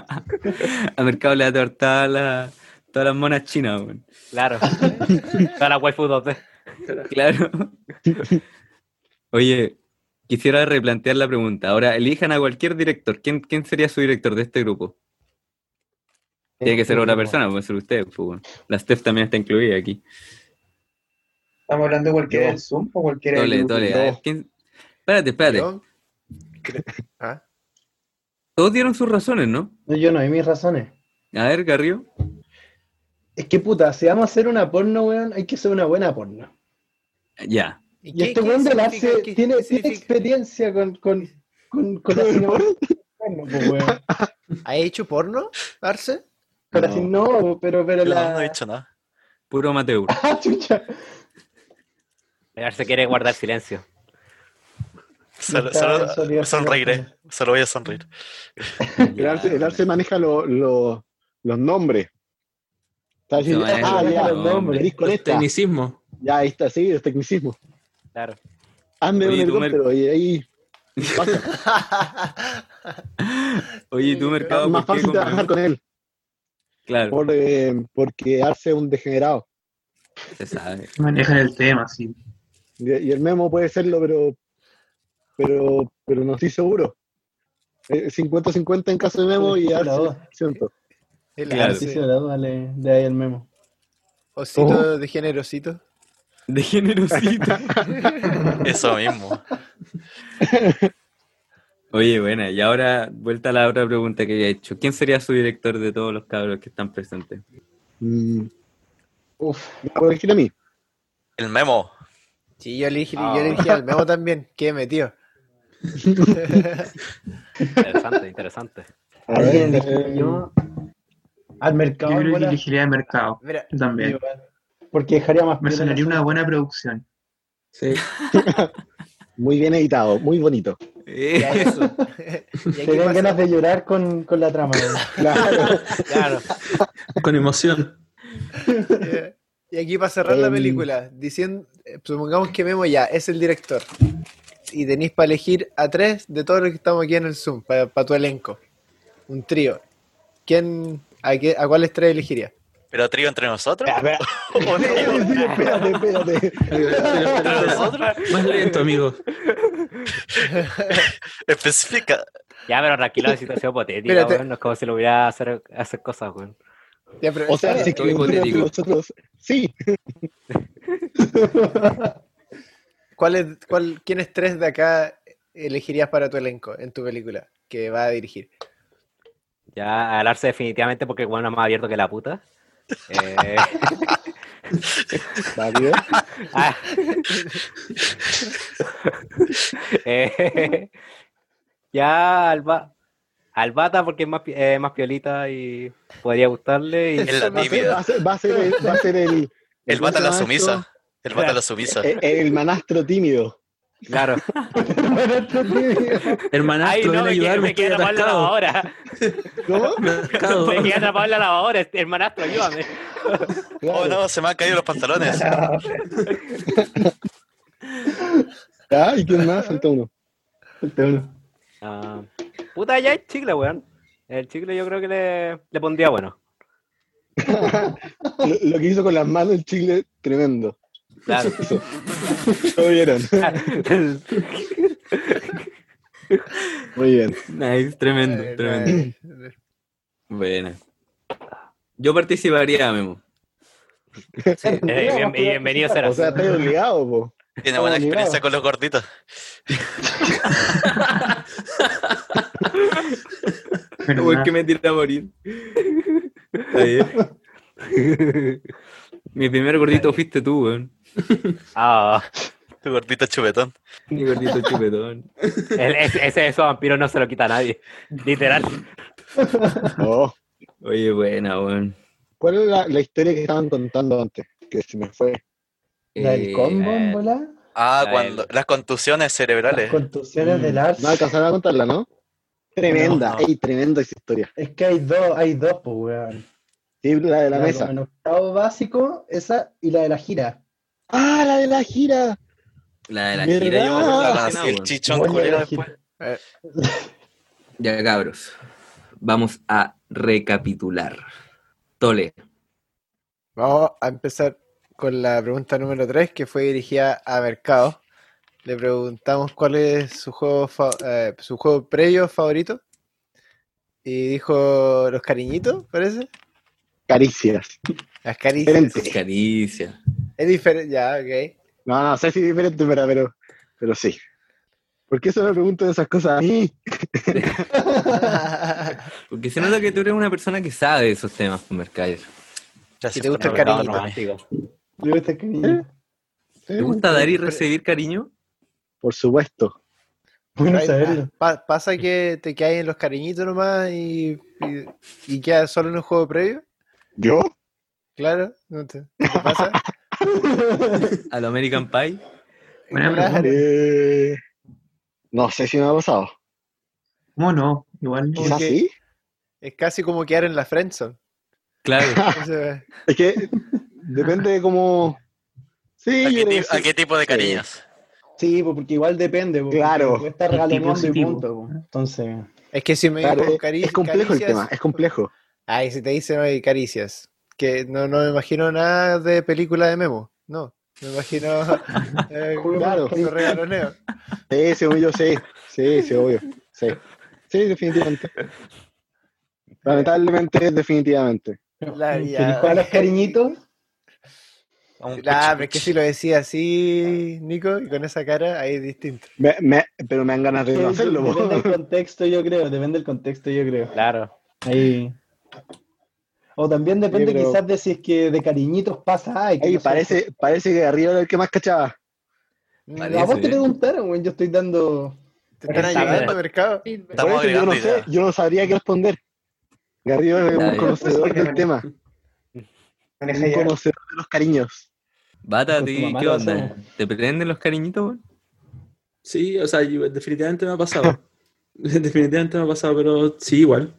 A: A mercado le va a tortar la- todas las monas chinas, weón.
B: Claro. Toda la waifu 2D.
A: Claro. Oye, quisiera replantear la pregunta. Ahora, elijan a cualquier director. ¿Quién, quién sería su director de este grupo? Tiene
I: Este
A: que ser otra persona, puede ser usted. pues, bueno. La Steph también está incluida aquí.
I: Estamos hablando de cualquiera
D: Yo.
I: del Zoom o cualquiera
A: Tole,
I: del
A: tole. a ver,
D: no.
A: ¿quién- Espérate, espérate.
D: Yo- cre- ¿Ah?
A: Todos dieron sus razones, ¿no?
H: No, yo no, hay mis razones.
A: A ver, Garrido.
H: Es que puta, si vamos a hacer una porno, weón, hay que hacer una buena porno.
A: Ya.
H: Y este weón de la hace, tiene, tiene experiencia con, con, con, con la cinematografía. Bueno, pues, weón.
D: ¿Ha hecho porno, Arce?
H: Pero así no, pero, pero
C: Yo
H: la.
C: no, no he dicho nada.
A: Puro amateur.
H: Ah, chucha.
B: Pero se quiere guardar silencio.
C: Solo,
H: está
C: solo
H: bien, salió-
C: sonreiré. Solo voy a sonreír.
G: El Arce, el Arce maneja lo- lo- los nombres. Está
A: Se
G: diciendo,
A: maneja
G: ah,
A: los
G: ya,
A: nombres.
G: venís con esta.
E: Tecnicismo.
G: Ya, ahí está, sí, el tecnicismo.
B: Claro.
G: Hazme
A: Oye,
G: un
A: tú, Mer-
G: helicóptero y ahí
A: Oye, ¿y tú,
G: es
A: Mercado,
G: más
A: ¿por qué
G: fácil
A: compró-
G: trabajar con él.
A: Claro,
G: por, eh, porque Arce es un degenerado.
A: se sabe.
I: Manejan el tema, sí.
G: Y, y el memo puede serlo, pero pero pero no estoy seguro. Eh, 50-50 en caso de memo y
H: La
G: Arce
H: dos.
G: 100%.
D: El
A: Claro.
H: Sí, sí,
D: Arce.
H: la duda le- de ahí el memo.
D: Osito
G: ¿Cómo?
D: de generosito.
A: De generosito.
C: Eso mismo.
A: Oye, buena, y ahora vuelta a la otra pregunta que había hecho. ¿Quién sería su director de todos los cabros que están presentes?
G: Mm,
H: Uf,
G: me voy a elegir a mí.
C: El memo.
D: Sí, yo le dije,
A: Ah.
D: yo le dije al memo también. ¿Qué metió?
B: Interesante, interesante.
G: A
H: alguien
G: ver,
H: eligió
G: eh,
H: yo al
I: Yo
H: mercado.
I: creo que
H: bola.
I: elegiría el mercado
D: Mira,
I: yo también.
H: Igual. Porque dejaría más
I: Me
H: piola
I: sonaría
H: la-
I: una buena producción.
E: Sí.
G: Muy bien editado, muy bonito.
A: Eh,
D: ya eso. ¿Y a
H: Te
D: qué
H: dan
D: pasa?
H: ganas de llorar con, con la trama. weón.
G: Claro.
B: Claro.
E: Con emoción.
D: Eh, Y aquí para cerrar la
G: Em.
D: película, diciendo, eh, supongamos que Memo ya es el director y tenéis para elegir a tres de todos los que estamos aquí en el Zoom, para tu elenco, un trío. ¿Quién, a, qué- a cuáles tres elegirías?
C: Pero trío entre nosotros.
G: espérate, espérate.
C: Entre nosotros.
E: Más lento, amigo.
C: Especifica.
B: Ya, pero tranquilo, la situación hipotética,
D: Espérate.
B: weón. No es como si lo hubiera a hacer, a hacer cosas, weón.
D: Ya, pero-
G: O sea, si es que
A: Todo
G: ninguno de
A: hipotético.
G: nosotros. Sí,
D: ¿cuál es- cuál- ¿quiénes tres de acá elegirías para tu elenco en tu película que va a dirigir?
B: Ya, alarse definitivamente porque el weón es más abierto que la puta. Eh,
G: válido.
B: ah. Eh, ya, Alba. Albata porque es más, pi- eh, más piolita y podría gustarle. Y,
C: El- La
G: Va a ser-
C: tímida.
G: va a ser- va a ser el- va a ser el.
C: El bata a la
G: ¿cómo se llama esto?
C: sumisa. El bata a la sumisa.
G: Eh, eh, El manastro tímido.
B: claro. Ay,
E: Hermanastro, ven a
B: no, me quedé,
E: ayudarme,
B: me
E: estoy
B: quedé atrapado en la
E: atascado.
B: lavadora.
G: ¿Cómo?
E: Atascado.
B: Me quedé atrapado en la lavadora, este hermanastro, ayúdame.
G: Claro.
C: Oh no, se me han caído los pantalones.
G: Ya, Ah, ¿y quién más? Falta uno.
H: Falta uno.
B: Ah, puta, ya el chicle, weón. El chicle yo creo que le, le pondría bueno.
G: Lo, lo que hizo con las manos el chile, tremendo.
B: Claro.
G: Lo vieron. Muy bien.
A: Nice, tremendo,
D: Eh,
A: tremendo.
D: eh,
A: Buena. Yo participaría, Memo.
B: Eh, bien- y bienvenido será.
G: O sea, estás obligado, po.
C: Tiene buena
G: Oh, mira.
C: experiencia con los gorditos.
A: Uy,
I: ¿verdad?
A: que me tiré a morir. Está bien. Mi primer gordito fuiste tú, weón.
B: Ah,
C: Tu gordito chupetón.
A: Mi gordito chupetón.
B: el- ese, ese de esos vampiros no se lo quita a nadie. Literal.
G: Oh.
A: Oye, buena, weón.
G: ¿Cuál era la, la historia que estaban contando antes? Que se me fue.
H: La del
A: Eh,
H: combo, en
A: eh,
H: bola.
C: Ah,
B: Ya,
C: cuando
B: el-
C: las contusiones cerebrales.
H: Las contusiones del Arce.
G: No alcanzaron a contarla, ¿no? Tremenda,
B: No, no.
G: ey, tremenda esa historia.
H: Es que hay dos, hay dos, pues, weón.
G: Sí, la de la mesa.
H: En octavo básico, esa y la de la gira.
G: ¡Ah, la de la gira!
A: La de la gira yo me
G: ¿Verdad?
A: acuerdo
C: Ah,
A: más que
C: sí,
A: nada,
C: el
A: weón.
C: chichón
H: Bueno,
C: culero
H: la
C: después.
H: gira.
A: Ya, cabros. Vamos a recapitular. Tole.
D: Vamos a empezar con la pregunta número 3 que fue dirigida a Mercado. Le preguntamos cuál es su juego, fa- eh, su juego previo favorito. Y dijo los cariñitos, parece.
G: Caricias.
D: Las caricias.
G: Diferente.
A: Caricia.
D: Es diferente, ya, ok.
G: No, no sé si es diferente, pero, pero, pero sí. ¿Por qué se me preguntan esas cosas a mí?
A: Porque se nota que tú eres una persona que sabe de esos temas, Mercader.
C: Gracias
D: te
C: por
D: gusta el
C: haber dado
D: cariñito.
C: nomás.
I: Yo este
G: ¿Eh?
I: cariño.
H: Mm.
A: ¿Te gusta dar y recibir cariño?
G: Por supuesto.
I: Bueno
D: Pero hay-
I: saberlo.
D: pa- pasa que te quedas en los cariñitos nomás y, y, y quedas solo en un juego previo.
G: ¿Yo?
D: Claro, ¿no te, no te pasa?
A: Al American Pie.
I: Buena
D: Claro.
I: pregunta.
G: Eh, no sé si me ha pasado.
I: ¿Cómo no? Igual.
D: ¿Cómo
G: Quizás
D: que?
G: sí.
D: Es casi como quedar en la friendzone.
A: Claro.
D: O sea,
G: Es que depende de cómo. Sí,
C: ¿A
G: yo
C: qué,
G: creo
C: ti-
G: que
C: a
G: sí.
C: qué tipo de
G: Sí.
C: cariños?
H: Sí, pues, porque igual depende. Porque
G: Claro.
H: puede estar
I: Y
H: regaloneando y
I: tipo,
H: punto. pues. Entonces,
D: es que si me
G: Claro,
D: dijo
G: es,
D: cari-
G: es complejo el
D: caricias-
G: tema, es complejo.
D: Ay, si te dicen oye, caricias, que no, no me imagino nada de película de Memo, no. Me imagino eh,
G: Claro.
D: un regaloneo.
G: Sí, sí, obvio, sí. Sí, sí, obvio. Sí, sí definitivamente. Lamentablemente, definitivamente.
D: La,
H: ¿te dijo a los cariñitos?
C: A
D: Ah,
C: un cuchi-
D: pero es que si lo decía así, Nico, y con esa cara, ahí es distinto.
G: Me- me- pero me dan ganas de no
H: Eh,
G: hacerlo. po.
H: Depende del contexto, yo creo. Depende del contexto, yo creo.
B: Claro.
H: Ahí. O también depende
G: Sí, pero-
H: quizás de si es que de cariñitos pasa. Ay, que
G: Ey,
H: no sé.
G: parece, parece que arriba era el que más cachaba.
H: a vos
A: Parece,
H: te
A: ¿eh?
H: preguntaron, güey. Yo estoy dando.
D: Te están
B: Está
D: ayudando,
B: bien.
D: mercado.
F: Feedback.
G: Por
C: Estamos
G: eso yo
C: agregando
G: no sé,
C: ideas.
G: yo no sabría qué responder. Garrido es
A: Ya,
G: un
A: ya.
G: conocedor del tema,
I: con esa
G: un
I: idea.
G: conocedor de los cariños.
A: Bata,
H: Con tu
A: ¿ti-
H: mamá
A: ¿qué
H: lo
A: onda?
H: hacemos.
A: ¿Te prenden los cariñitos? weón?
E: Sí, o sea, yo- definitivamente me ha pasado. definitivamente me ha pasado, pero sí, igual.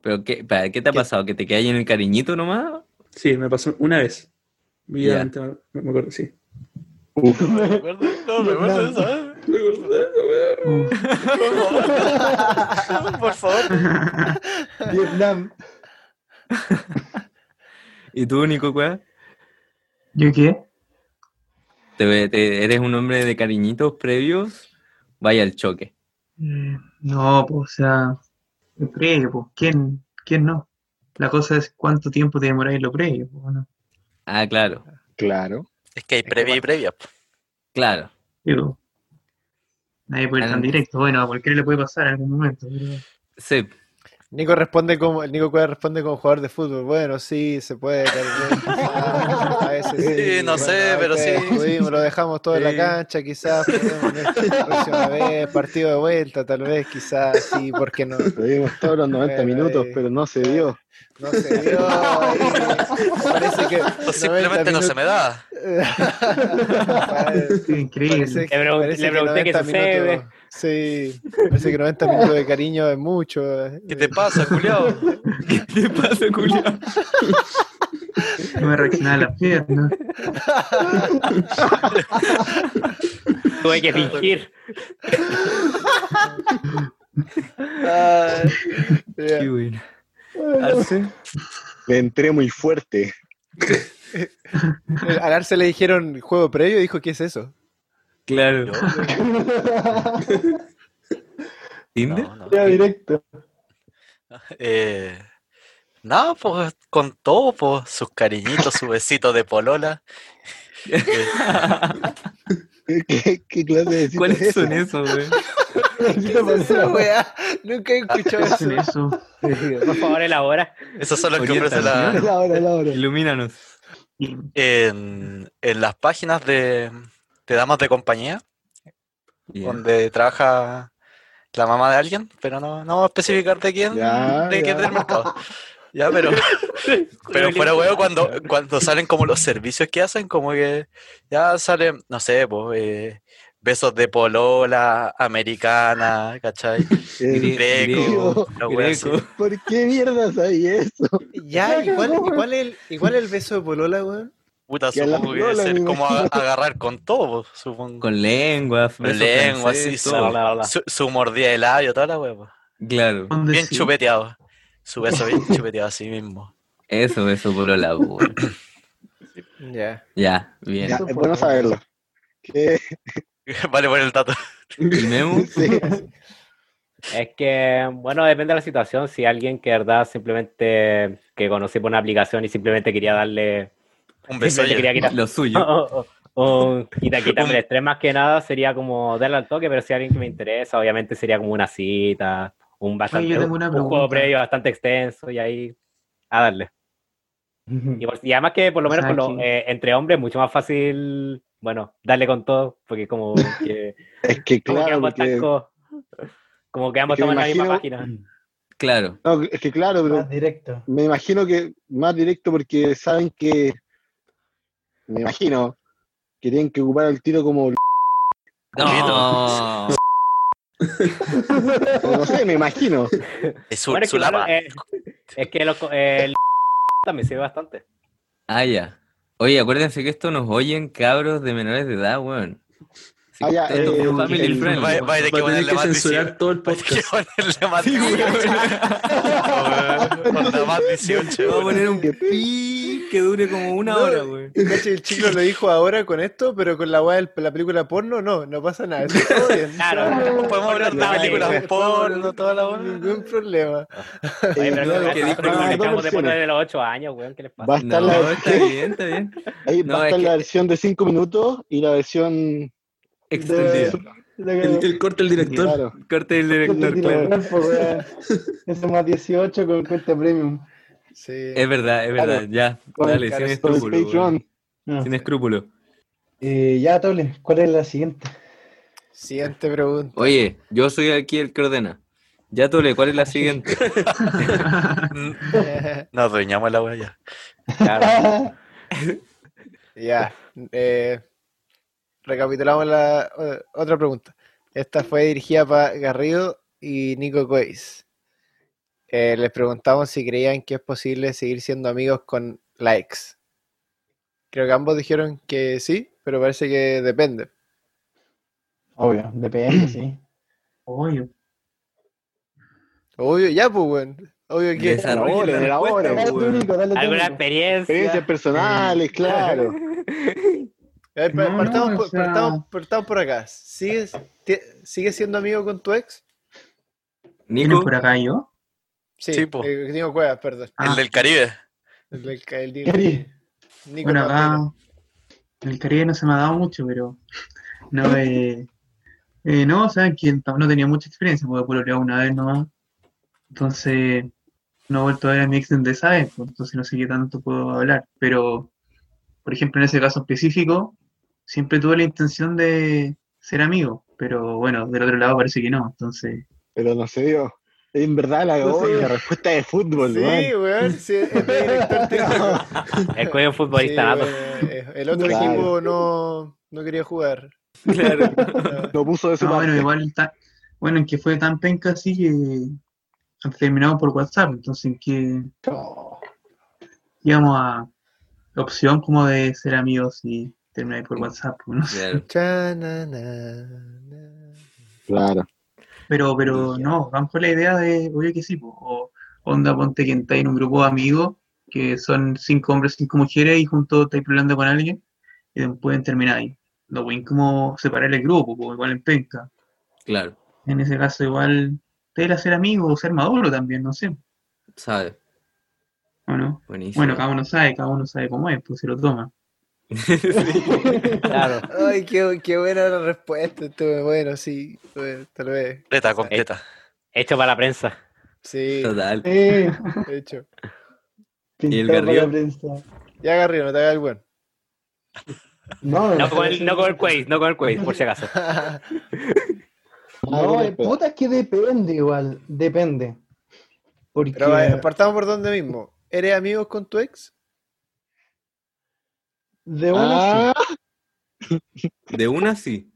A: ¿Pero qué, para, ¿qué te ha
G: ¿Qué?
A: pasado? ¿Que te quedas ahí en el cariñito nomás?
E: Sí, me pasó una vez.
A: Ya.
E: Evidente, me, me acuerdo, sí.
C: ¿Me acuerdo? No, me acuerdo de
E: Me acordé, weón.
C: eso. ¿eh? Por favor.
H: Vietnam.
A: ¿Y tú, Nico, cuál?
I: ¿Yo qué?
A: ¿Te, te- eres un hombre de cariñitos previos? Vaya el choque.
I: Eh, no, pues, o sea, lo previo, pues, ¿quién, quién no? La cosa es cuánto tiempo te demoráis en lo previo, pues, ¿no?
A: Ah, claro,
G: Claro.
C: Es que hay previa y previa. po.
A: claro.
I: Digo, nadie puede ir tan
A: Ah.
I: directo. Bueno, a cualquiera le puede pasar en algún momento, pero
A: Sí,
D: Nico responde como, el Nico Cueva responde como jugador de fútbol. Bueno, sí, se puede. tal vez, quizás, a veces
C: Sí, no sé,
D: ahí
C: pero
D: te
C: sí.
D: descubrimos, lo dejamos todo en la
A: Sí.
D: cancha, quizás podemos ver la próxima vez, partido de vuelta, tal vez, quizás, sí, ¿por qué no?
G: Tuvimos todos los 90
D: Bueno,
G: minutos,
D: ahí.
G: pero no se dio.
D: No se dio. ahí, parece que.
C: O simplemente no se me da.
D: da.
I: es increíble.
D: Parece, que-
B: Le pregun-
D: parece
B: le pregunté qué
D: 90
B: sucede.
D: minutos- Sí, parece que 90 minutos de cariño es mucho.
C: ¿Qué te pasa, culiao?
A: ¿Qué te pasa, Julián?
I: No me reaccionaba las piernas.
B: Tuve que fingir.
D: Ah, ya.
A: Qué bueno. Arce,
G: Le entré muy fuerte.
D: eh. Al Arce le dijeron juego previo y dijo, ¿qué es eso?
A: Claro. ¿Tinder?
C: No, no.
H: Ya, directo.
C: Eh, no, pues con todo, pues sus cariñitos, su besito de polola. Eh,
G: ¿Qué, qué clase de cita
A: ¿Cuáles
G: es
A: son
G: esa?
A: esos, güey?
D: ¿Qué es eso, weá? Nunca he escuchado
I: ¿Qué
D: eso.
I: hacen eso?
B: Por favor, elabora.
C: esos son los que ofrecen la-
A: Oriéntanos,
G: La hora, la hora.
A: Ilumínanos.
I: Y
C: en, en las páginas de, de damas de compañía,
A: Ya.
C: donde trabaja la mamá de alguien, pero no, no vamos a especificar de quién,
G: Ya,
C: de quién
G: ya.
C: del mercado. Ya, pero, pero fuera huevo, cuando, cuando salen como los servicios que hacen, como que ya salen, no sé, pues, eh, besos de polola, americana, ¿cachai?
G: Eh,
C: Greco,
G: Greco.
C: la wea así.
A: Greco.
G: ¿Por qué mierdas hay eso?
D: Ya, ¿y cuál, y cuál es el, y cuál es el beso de Polola, weón?
C: Puta,
G: Que a la
C: supongo que debe
G: polola,
C: ser
G: me
C: como a-
G: imagino.
C: agarrar con todo, pues, supongo.
A: Con lengua, beso
C: lengua,
A: francés,
C: sí,
A: todo.
C: Su, su mordida de labio, toda la hueva.
A: Claro.
I: ¿dónde
C: Bien
I: sí?
C: chupeteado. Su beso bien chupeteado a sí mismo.
A: Eso, eso por la labor.
D: Ya.
A: Ya, bien.
G: Ya, es bueno saberlo. Que
C: Vale por el dato.
A: ¿Y Memo?
G: Sí.
B: Es que, bueno, depende de la situación. Si alguien que de verdad simplemente que conocí por una aplicación y simplemente quería darle.
C: Un beso.
B: Simplemente quería quitar.
A: Lo
B: O,
A: suyo.
B: o- o- o quita- quitarme el estrés más que nada sería como darle al toque, pero si alguien que me interesa, obviamente sería como una cita, un bastante.
I: Oye, yo tengo una
B: un juego
I: pregunta.
B: previo bastante extenso y ahí a darle. Y, por- y además que por lo
I: O
B: menos
I: sea,
B: por lo-
I: que-
B: eh, entre hombres es mucho más fácil, bueno, darle con todo, porque como que,
G: Es que
B: como que
G: claro,
B: ambos están
G: porque-
B: co- como que ambos
G: es que me
B: estamos en la misma
G: imagino-
B: página.
A: Claro.
G: no, es que claro, pero
H: Más directo.
G: me imagino que más directo porque saben que, me imagino, que tienen que ocupar el tiro como...
A: No.
G: No sé, me imagino.
C: Es su,
B: Bueno, es,
C: su
B: que, claro,
C: lapa.
B: eh, es que los co- eh, el también sirve bastante.
A: Ah, ya. Oye, acuérdense que esto nos oyen cabros de menores de edad, weón. Así que
G: Ah, ya,
A: esto es
G: eh,
A: family
G: el-
A: friendly.
C: Va- va a tener que
E: Va a tener
C: ponerle
E: que
C: más
E: censurar
C: 18.
E: todo el
C: Hay que
E: podcast.
C: ponerle más 18. Onda más 18.
A: Vamos a
C: güey.
A: poner un pi que dure como una
D: No.
A: hora, weón.
D: Cacha, el chico lo dijo ahora con esto, pero con la weá de la película porno, no, no pasa nada. Está todo bien.
B: Claro.
C: Podemos hablar de
B: Dale.
C: películas porno, toda la
D: No,
C: buena.
D: Ningún problema.
B: Oye,
G: Eh,
B: pero
G: claro,
B: no,
A: que
B: no,
A: dijo
G: van
B: no,
G: a
B: no,
G: haber dos
B: dejamos de
G: versiones.
B: poner de los 8 años, weón, ¿qué les
G: Va a
B: pasa?
G: estar
A: No,
G: la
A: está
G: versión,
A: bien, está bien.
G: ahí
A: No,
G: va
A: es
G: a estar la
A: que-
G: versión de 5 minutos y la versión...
A: Extendida.
E: El, el corte del director.
G: Claro.
A: Corte del director, claro.
H: Eso pues, más 18 con cuenta premium.
D: Sí.
A: Es verdad, es verdad. Ya,
D: Con
A: dale,
D: el
A: sin
D: corazón
G: Por el
A: escrúpulo. weón.
G: Patreon.
H: No.
A: Sin escrúpulo.
H: Eh, ya, Tole, ¿cuál es la siguiente?
D: Siguiente pregunta.
A: Oye, yo soy aquí el que ordena. Ya, Tole, ¿cuál es la siguiente?
C: Nos dueñamos la wea ya.
B: Claro.
D: Ya. eh, recapitulamos la o- otra pregunta. Esta fue dirigida para Garrido y Nico Cois. Eh, les preguntamos si creían que es posible seguir siendo amigos con la ex. Creo que ambos dijeron que sí, pero parece que depende.
H: Obvio, depende, sí.
I: Obvio.
D: Obvio, ya, pues, weón. Obvio que.
A: Desarrolla la
G: Ahora,
A: respuesta,
G: ahora,
H: Dale
A: weón.
H: técnico, dale
B: ¿Alguna
H: técnico.
G: Experiencias
B: experiencia?
G: personales, claro.
D: A ver, pa-
I: No, no,
D: partamos,
I: o
D: por,
I: sea-
D: partamos- partamos por acá. ¿Sigues, ti- ¿Sigues siendo amigo con tu ex?
I: ¿Quién
A: Nico,
I: es por acá yo?
D: Sí,
C: Sí, po.
D: el Nico Cuevas, perdón.
I: Ah,
C: El del Caribe.
D: El del- el Nico-
H: Cari,
D: Nico
I: bueno, acá
D: Pandora.
I: en el Caribe no se me ha dado mucho, pero no, eh, eh, no, o sea, que tam- no tenía mucha experiencia, porque pololeaba una vez nomás. Entonces, no he vuelto a ver a mi ex desde esa vez, pues, entonces no sé qué tanto puedo hablar. Pero, por ejemplo, en ese caso específico, siempre tuve la intención de ser amigo, pero bueno, del otro lado parece que no, entonces,
G: Pero no se dio. En verdad la,
I: No se
G: oye,
I: dio.
G: la respuesta de fútbol,
D: Sí,
G: weón.
D: weón, sí, es de director técnico.
B: El cuello futbolista
D: Sí,
B: nato.
D: weón, eh, el otro
G: Claro.
D: equipo no, no quería jugar.
A: claro.
D: No.
G: Lo puso de su
I: no,
G: parte.
I: bueno, pues, igual ta- bueno, en que fue tan penca así que terminamos por WhatsApp, entonces en que
H: oh,
I: íbamos a opción como de ser amigos y terminar ahí por WhatsApp, pues, no sé.
A: claro.
D: Cha, na, na, na.
G: Claro.
I: Pero, pero no, van con la idea de, oye, que sí, po, o onda, ponte que estáis en un grupo de amigos que son cinco hombres, cinco mujeres y juntos estáis peleando con alguien y después pueden terminar ahí. No pueden como separar el grupo, po, igual en penca.
A: Claro,
I: En ese caso, igual, te la ser amigo o ser maduro también, no sé,
A: sabe.
I: ¿o no?
A: Buenísimo.
I: Bueno, cada uno sabe, cada uno sabe cómo es, pues se lo toma.
B: Claro.
D: Ay, qué, qué buena la respuesta. estuvo Bueno, sí, bueno, tal vez.
C: Completa, completa.
B: Hecho para la prensa.
D: Sí,
A: Total.
H: eh,
D: de hecho.
H: pintado para
A: Garrido?
H: la prensa.
D: Ya, Garrido, no te hagas el buen.
H: No,
B: No con el, no con el Quaid, no con el Quaid, por si acaso.
H: No, eh, puta, es que depende igual, depende. Porque,
D: Pero eh, partamos por donde mismo. ¿Eres amigos con tu ex?
H: de una
G: Ah,
A: De una sí.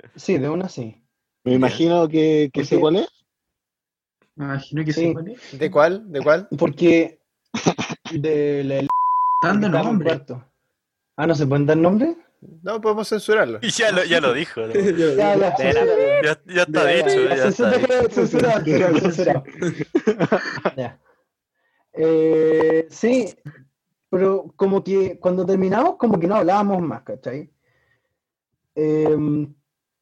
H: sí, sí, de una sí.
G: me imagino que, que
H: Porque-
G: sé cuál es.
I: Me imagino que
H: Sí.
I: sí, ¿vale?
D: ¿De cuál? ¿De cuál?
H: Porque de la el
I: Dando
H: estaba en
I: nombre.
H: cuarto. Ah, ¿no se pueden dar nombres?
D: No, podemos censurarlo.
C: Y ya lo, ya lo dijo. ¿no?
H: Ya, ya,
B: De la-
H: censura,
C: Ya, ya está dicho.
H: ya,
C: Ya está
H: censura,
C: dicho.
H: censura,
G: Censura,
H: censura. Ya. Eh, sí, pero como que cuando terminamos, como que no hablábamos más, ¿cachai? Em,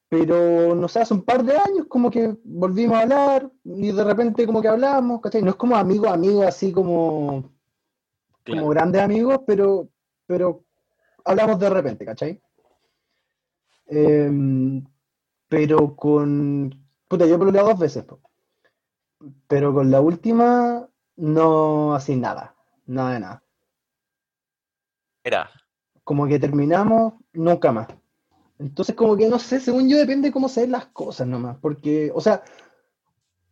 H: pero no sé, hace un par de años como que volvimos a hablar y de repente como que hablamos, ¿cachai? No es como amigo, amigo, así como, como grandes amigos, pero, pero hablamos de repente, ¿cachai? Em, pero con... Puta, yo peleé dos veces, po. pero con la última no así nada, nada de nada.
C: Era.
H: Como que terminamos nunca más. Entonces, como que no sé, según yo depende cómo se den las cosas nomás, porque, o sea,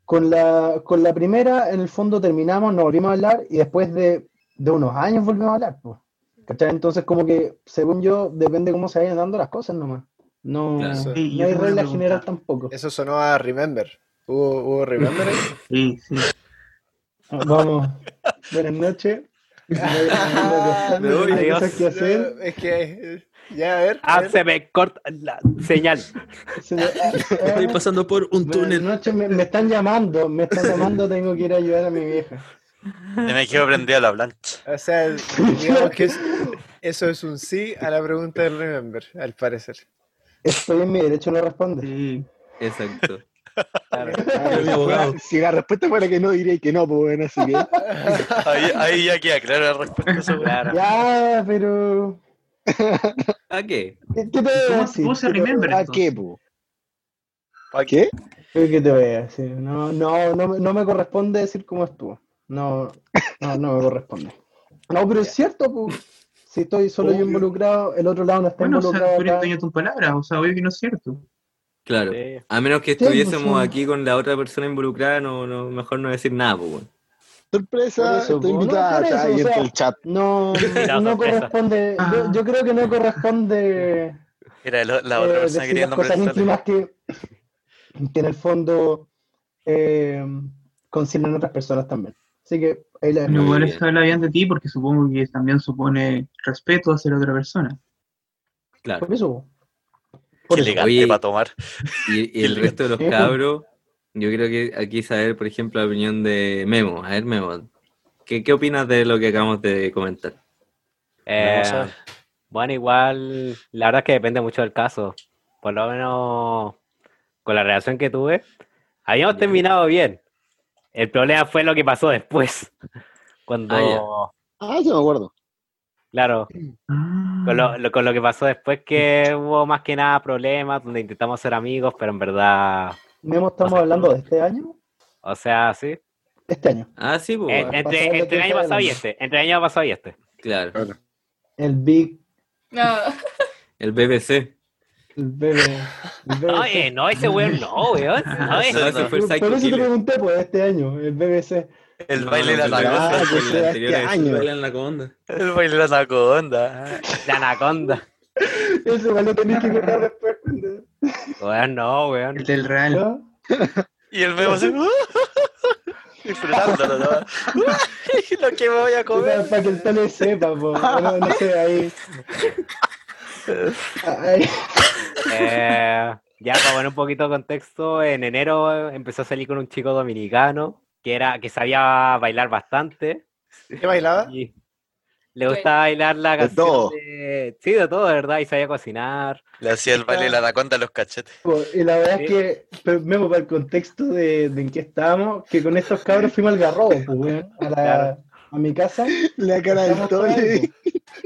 H: con la, con la primera, en el fondo terminamos, nos volvimos a hablar y después de, de unos años volvimos a hablar, pues. ¿Cachai? Entonces, como que, según yo, depende cómo se vayan dando las cosas nomás. No,
A: Claro.
H: no
I: Sí, yo
H: hay
I: te voy a
H: regla
I: preguntar.
H: general tampoco.
D: Eso sonó a Remember. ¿Hubo, hubo Remember ahí?
I: Sí, sí.
H: Vamos, buenas noches.
A: Me voy.
H: Hay cosas que hacer.
D: No, es que. eh, Ya, a ver. a
B: Ah,
D: ver.
B: se me corta la señal.
H: Se me-
E: Estoy pasando por un
H: Buenas
E: túnel.
H: noches, me, me están llamando, me están llamando, tengo que ir a ayudar a mi vieja.
C: Yo me quedo prendido a la plancha.
D: O sea, digamos que es- eso es un sí a la pregunta del Remember, al parecer.
H: Estoy en mi derecho, no responde.
I: sí.
A: Exacto.
E: mi abogado.
G: Si la respuesta fuera que no, diré que no, pues bueno, así que.
C: Ahí, ahí ya queda clara la respuesta. a esa weá.
H: Ya, pero.
A: ¿A qué?
H: ¿Qué qué te voy a
I: ¿Cómo-
H: decir?
I: cómo se remember
G: ¿A
I: entonces?
G: qué, po?
C: ¿Pa'
G: qué?
H: ¿Qué qué te voy a decir? No, no, no, me- no me corresponde decir cómo estuvo. No, no, no me corresponde. No, pero es cierto, pues. Si estoy solo yo
G: Obvio.
H: involucrado, el otro lado no está
I: Bueno, o sea,
H: involucrado.
I: tú eres
H: acá.
I: dueño de tus palabras, o sea, obvio que no es cierto.
A: Claro.
B: Sí.
A: A menos que
H: pues,
A: estuviésemos
H: sí.
A: aquí con la otra persona involucrada, no, no, mejor no decir nada, pues, weón.
G: Sorpresa,
H: Por eso,
G: estoy
H: po, no,
G: invitada
H: por eso,
G: está ahí
H: o
G: en
H: sea,
G: el chat.
H: No, no
B: sorpresa.
H: corresponde. Yo,
I: Ah.
H: yo creo que no corresponde.
C: Era la, la otra
H: eh,
C: persona que
H: decir
C: quería
H: las cosas
C: nombrar.
H: íntimas que, que en el fondo eh, conciernen a otras personas también. Así que ahí la dejo.
I: Bueno, igual
A: bien.
I: eso habla bien de ti porque supongo que también supone respeto hacia la otra persona.
A: Claro.
H: Por eso.
C: Qué
H: Por eso.
A: Oye.
C: elegante para tomar.
A: Y, y el
C: Qué
A: resto de los
H: Sí, pues.
A: cabros, yo creo que aquí saber, por ejemplo, la opinión de Memo. A ver, Memo, ¿qué, qué opinas de lo que acabamos de comentar?
B: Eh,
C: Vamos a ver.
B: bueno, igual, la verdad es que depende mucho del caso. Por lo menos con la relación que tuve, habíamos
A: Ya.
B: terminado bien. El problema fue lo que pasó después. Cuando,
G: Ah, yo me acuerdo.
B: claro,
I: Ah,
B: con lo, lo- con lo que pasó después que hubo más que nada problemas, donde intentamos ser amigos, pero en verdad,
H: Memo, estamos
B: O sea,
H: hablando de este año.
B: o sea, sí.
H: Este año.
A: Ah, sí, pues,
B: En-
A: weón.
H: pasado
B: entre,
H: de
B: entre el año
H: 15
B: pasado y
H: adelante.
B: este. Entre el año pasado y este.
A: claro.
H: El Big.
F: No,
A: El BBC.
H: El bebé. el BBC.
B: Oye, no, ese weón no, weón. No, eh,
A: No,
B: ese-
A: ese fue el
H: Por
A: Psycho
H: por eso te
A: Killer.
H: pregunté, pues, este año, el BBC.
C: El baile de la
A: No, no,
C: anaconda.
A: pero
G: Ah,
A: el
G: que sea
A: anterior
G: este
A: es-
G: año.
E: Baila en la conda.
C: El baile de la anaconda.
B: La anaconda.
H: Eso igual lo tenés que contar después. ¿Ah? cuando-
B: Weón, no, weón.
I: el del Real.
H: ¿no?
C: Y el memo así. Disfrutándolo, ¿no? Lo que me voy a
H: Para,
C: comer.
H: para que el tal sepa, po. No, no sé, ahí. Ahí.
B: Eh, ya para poner un poquito de contexto, en enero eh, empezó a salir con un chico dominicano que era que sabía bailar bastante
D: ¿Qué bailaba?
B: y le gustaba bailar la
G: De
B: canción
G: todo.
B: de- sí, de todo, de verdad, y sabía cocinar.
C: Le hacía el baile de la anaconda a los cachetes.
H: Po, Y la verdad
B: Sí.
H: es que, pero, Memo, para el contexto de, de en que estábamos, que con estos cabros fuimos al garrobo, pues, weón, a, la-
B: Claro.
H: a mi casa.
G: La cara del
H: Estamos todos
G: Toby.
H: ahí,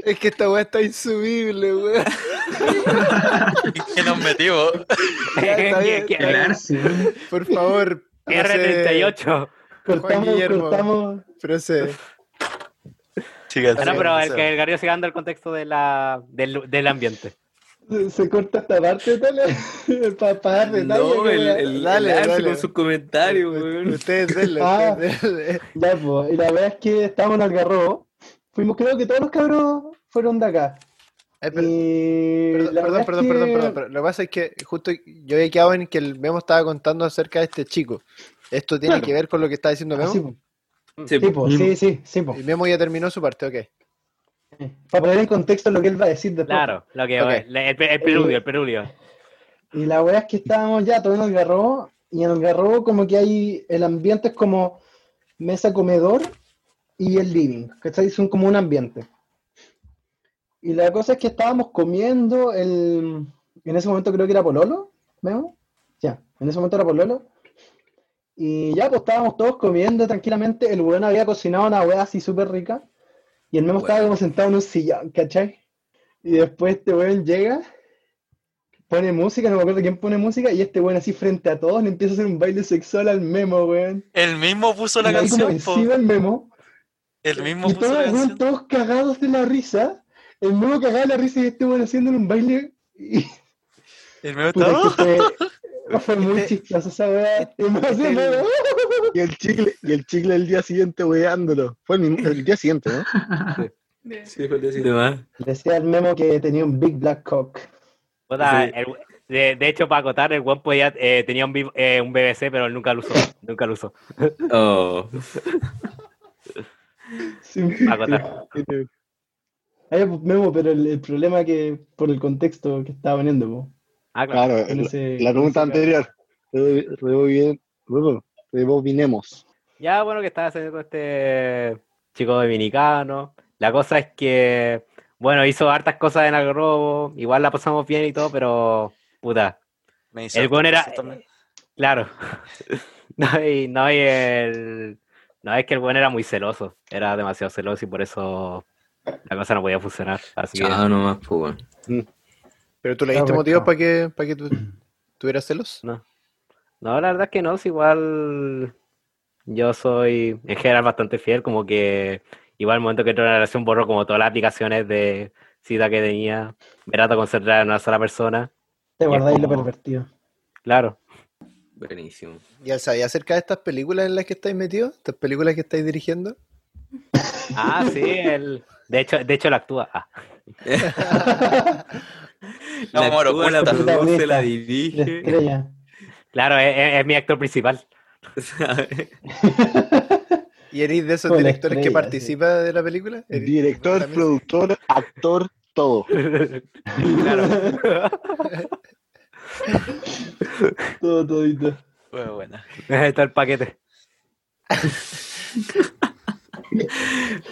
D: Es que esta weá está insumible, weón.
C: ¿Y qué nos metimos?
D: Ya, está bien,
B: Que-
I: El Arce. ¿no?
D: Por favor.
B: que- R38.
H: po.
D: Juan
H: Cortamos,
D: Guillermo.
H: cortamos.
D: Procede.
C: Chicas,
B: Ah, no,
D: Sí,
B: pero
D: sí.
B: el, que el Garrido se va dando el contexto de la, del, del ambiente.
H: Se, se corta esta parte, tal. Para dar detalles.
A: No, el,
H: weón.
A: el,
D: Dale,
A: el Arce
D: dale.
A: con sus comentarios,
G: Pues,
A: weón.
D: Ustedes denle,
H: Ah.
D: ustedes denle.
H: Ya, po, y la verdad es que estábamos en Algarrobo. Fuimos, creo que todos los cabros fueron de acá.
D: Ay, pero-
H: Y
D: Eh, Perdón,
H: Eh, la
D: perdón,
H: verdad
D: perdón,
H: es
D: perdón,
H: que-
D: perdón, perdón. Lo que pasa es que justo yo había quedado en que el Memo estaba contando acerca de este chico. Esto tiene
H: Claro.
D: que ver con lo que está diciendo
H: Ah,
D: Memo.
H: sí, po.
A: Sí,
H: Sí, po, sí, sí, sí, po.
D: Y Memo ya terminó su parte, ok.
H: Para poner en contexto lo que él va a decir después.
B: Claro, lo que
D: Ok.
B: el, el, el preludio, el preludio.
H: Y la weá es que estábamos ya todo en el garrobo, y en el garrobo como que hay, el ambiente es como mesa comedor y el living, ¿cachai? Son como un ambiente. Y la cosa es que estábamos comiendo, el, en ese momento creo que era Pololo, ¿vemos? Ya, en ese momento era Pololo. Y ya, pues estábamos todos comiendo tranquilamente. El weón había cocinado una weá así súper rica. Y el memo estaba como sentado en un sillón, ¿cachai? Y después este weón llega, pone música, no me acuerdo quién pone música, y este weón así frente a todos le empieza a hacer un baile sexual al memo, weón.
C: El mismo puso la
H: Y ahí como
C: canción, po.
H: encima el memo.
C: El mismo
H: Y
C: puso la
H: todos, weón,
C: canción.
H: todos cagados de la risa. El memo cagado de la risa y este weón haciéndole un baile. Y
C: El mismo
H: puta,
C: estaba.
H: que fue, fue muy
G: Este-
H: chistoso esa weá. Y me hace,
G: este-
H: weón,
G: Y el chicle, y el chicle el día siguiente weándolo. Fue el, mismo- el día siguiente, ¿no?
F: Bien.
E: Sí, fue el día
A: ¿Qué
E: siguiente.
A: más?
H: Decía el memo que tenía un Big Black Cock.
B: Puta,
E: Sí.
B: el- de, de hecho, para acotar, el Juan podía, eh, tenía un, bi- eh, un BBC, pero él nunca lo usó. Nunca lo usó.
A: Oh,
H: Sí.
B: Para acotar.
H: Ay, pues, memo, pero el, el problema que, por el contexto que estaba poniendo, po.
B: Ah, claro.
G: Claro,
H: En
G: la,
H: ese-
G: la pregunta
H: en ese-
G: anterior. Re- rebobin- re- Rebobinemos.
B: Ya, bueno, que estaba haciendo con este chico dominicano. La cosa es que, bueno, hizo hartas cosas en Algarrobo. Igual la pasamos bien y todo, pero, puta.
C: Me hizo
B: El
C: hartas
B: buen era.
C: cosas también.
B: Claro. No, y, no, y el. No, es que el buen era muy celoso. Era demasiado celoso y por eso la cosa no podía funcionar. Así que.
A: chao nomás, pues, weón.
D: ¿Pero tú le diste
H: Correcto.
D: motivos para que, para que tú tuvieras celos?
B: No, la verdad es que no, si igual yo soy en general bastante fiel, como que igual el momento que entré en la relación borró como todas las aplicaciones de cita que tenía, me trato de concentrar en una sola persona,
H: Te guardáis lo
B: como-
H: pervertido.
B: claro.
A: Buenísimo.
D: ¿Ya sabía acerca de estas películas en las que estáis metidos? ¿Estas películas que estáis dirigiendo?
B: Ah, sí, el, de hecho, de hecho él actúa. Ah,
C: No,
A: la
C: amor,
A: actúa, la
C: oculta.
A: produce, la
H: La
A: dirige.
H: estrella.
B: claro, es, es- es mi actor principal.
A: ¿sabes?
D: ¿Y eres de esos
H: Con la
D: directores que
H: estrella,
D: participa de la película? ¿Eres-
G: Director,
D: Eh, también-
G: productor, actor, todo.
B: Claro.
H: Todo, todito.
C: Bueno, bueno.
B: Está el paquete.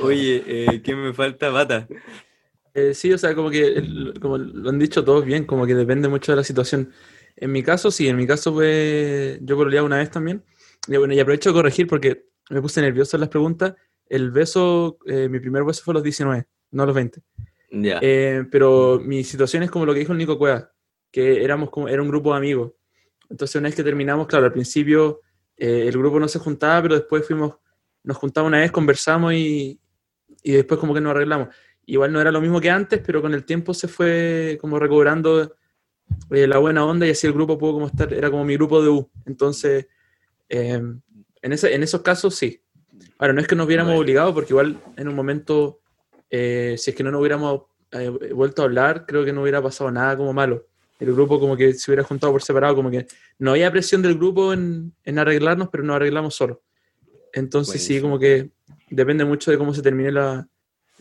A: Oye, eh, ¿qué me falta, bata?
E: Eh, sí, o sea, como que el- como lo han dicho todos bien, como que depende mucho de la situación. En mi caso, sí, en mi caso fue, yo pololeaba una vez también. Y bueno, y aprovecho de corregir porque me puse nervioso en las preguntas. El beso, eh, mi primer beso fue a los 19, no a los 20.
A: Ya.
E: Eh, pero mi situación es como lo que dijo el Nico Cuevas, que éramos como, era un grupo de amigos. Entonces una vez que terminamos, claro, al principio eh, el grupo no se juntaba, pero después fuimos, nos juntamos una vez, conversamos y, y después como que nos arreglamos. Igual no era lo mismo que antes, pero con el tiempo se fue como recobrando eh, la buena onda y así el grupo pudo como estar, era como mi grupo de U. Entonces, eh, en, ese, en esos casos sí. Ahora, no es que nos viéramos
A: Bueno.
E: obligados, porque igual en un momento, eh, si es que no nos hubiéramos eh, vuelto a hablar, creo que no hubiera pasado nada como malo. El grupo como que se hubiera juntado por separado, como que no había presión del grupo en, en arreglarnos, pero nos arreglamos solos. Entonces sí,
A: Buenísimo.
E: como que depende mucho de cómo se termine la,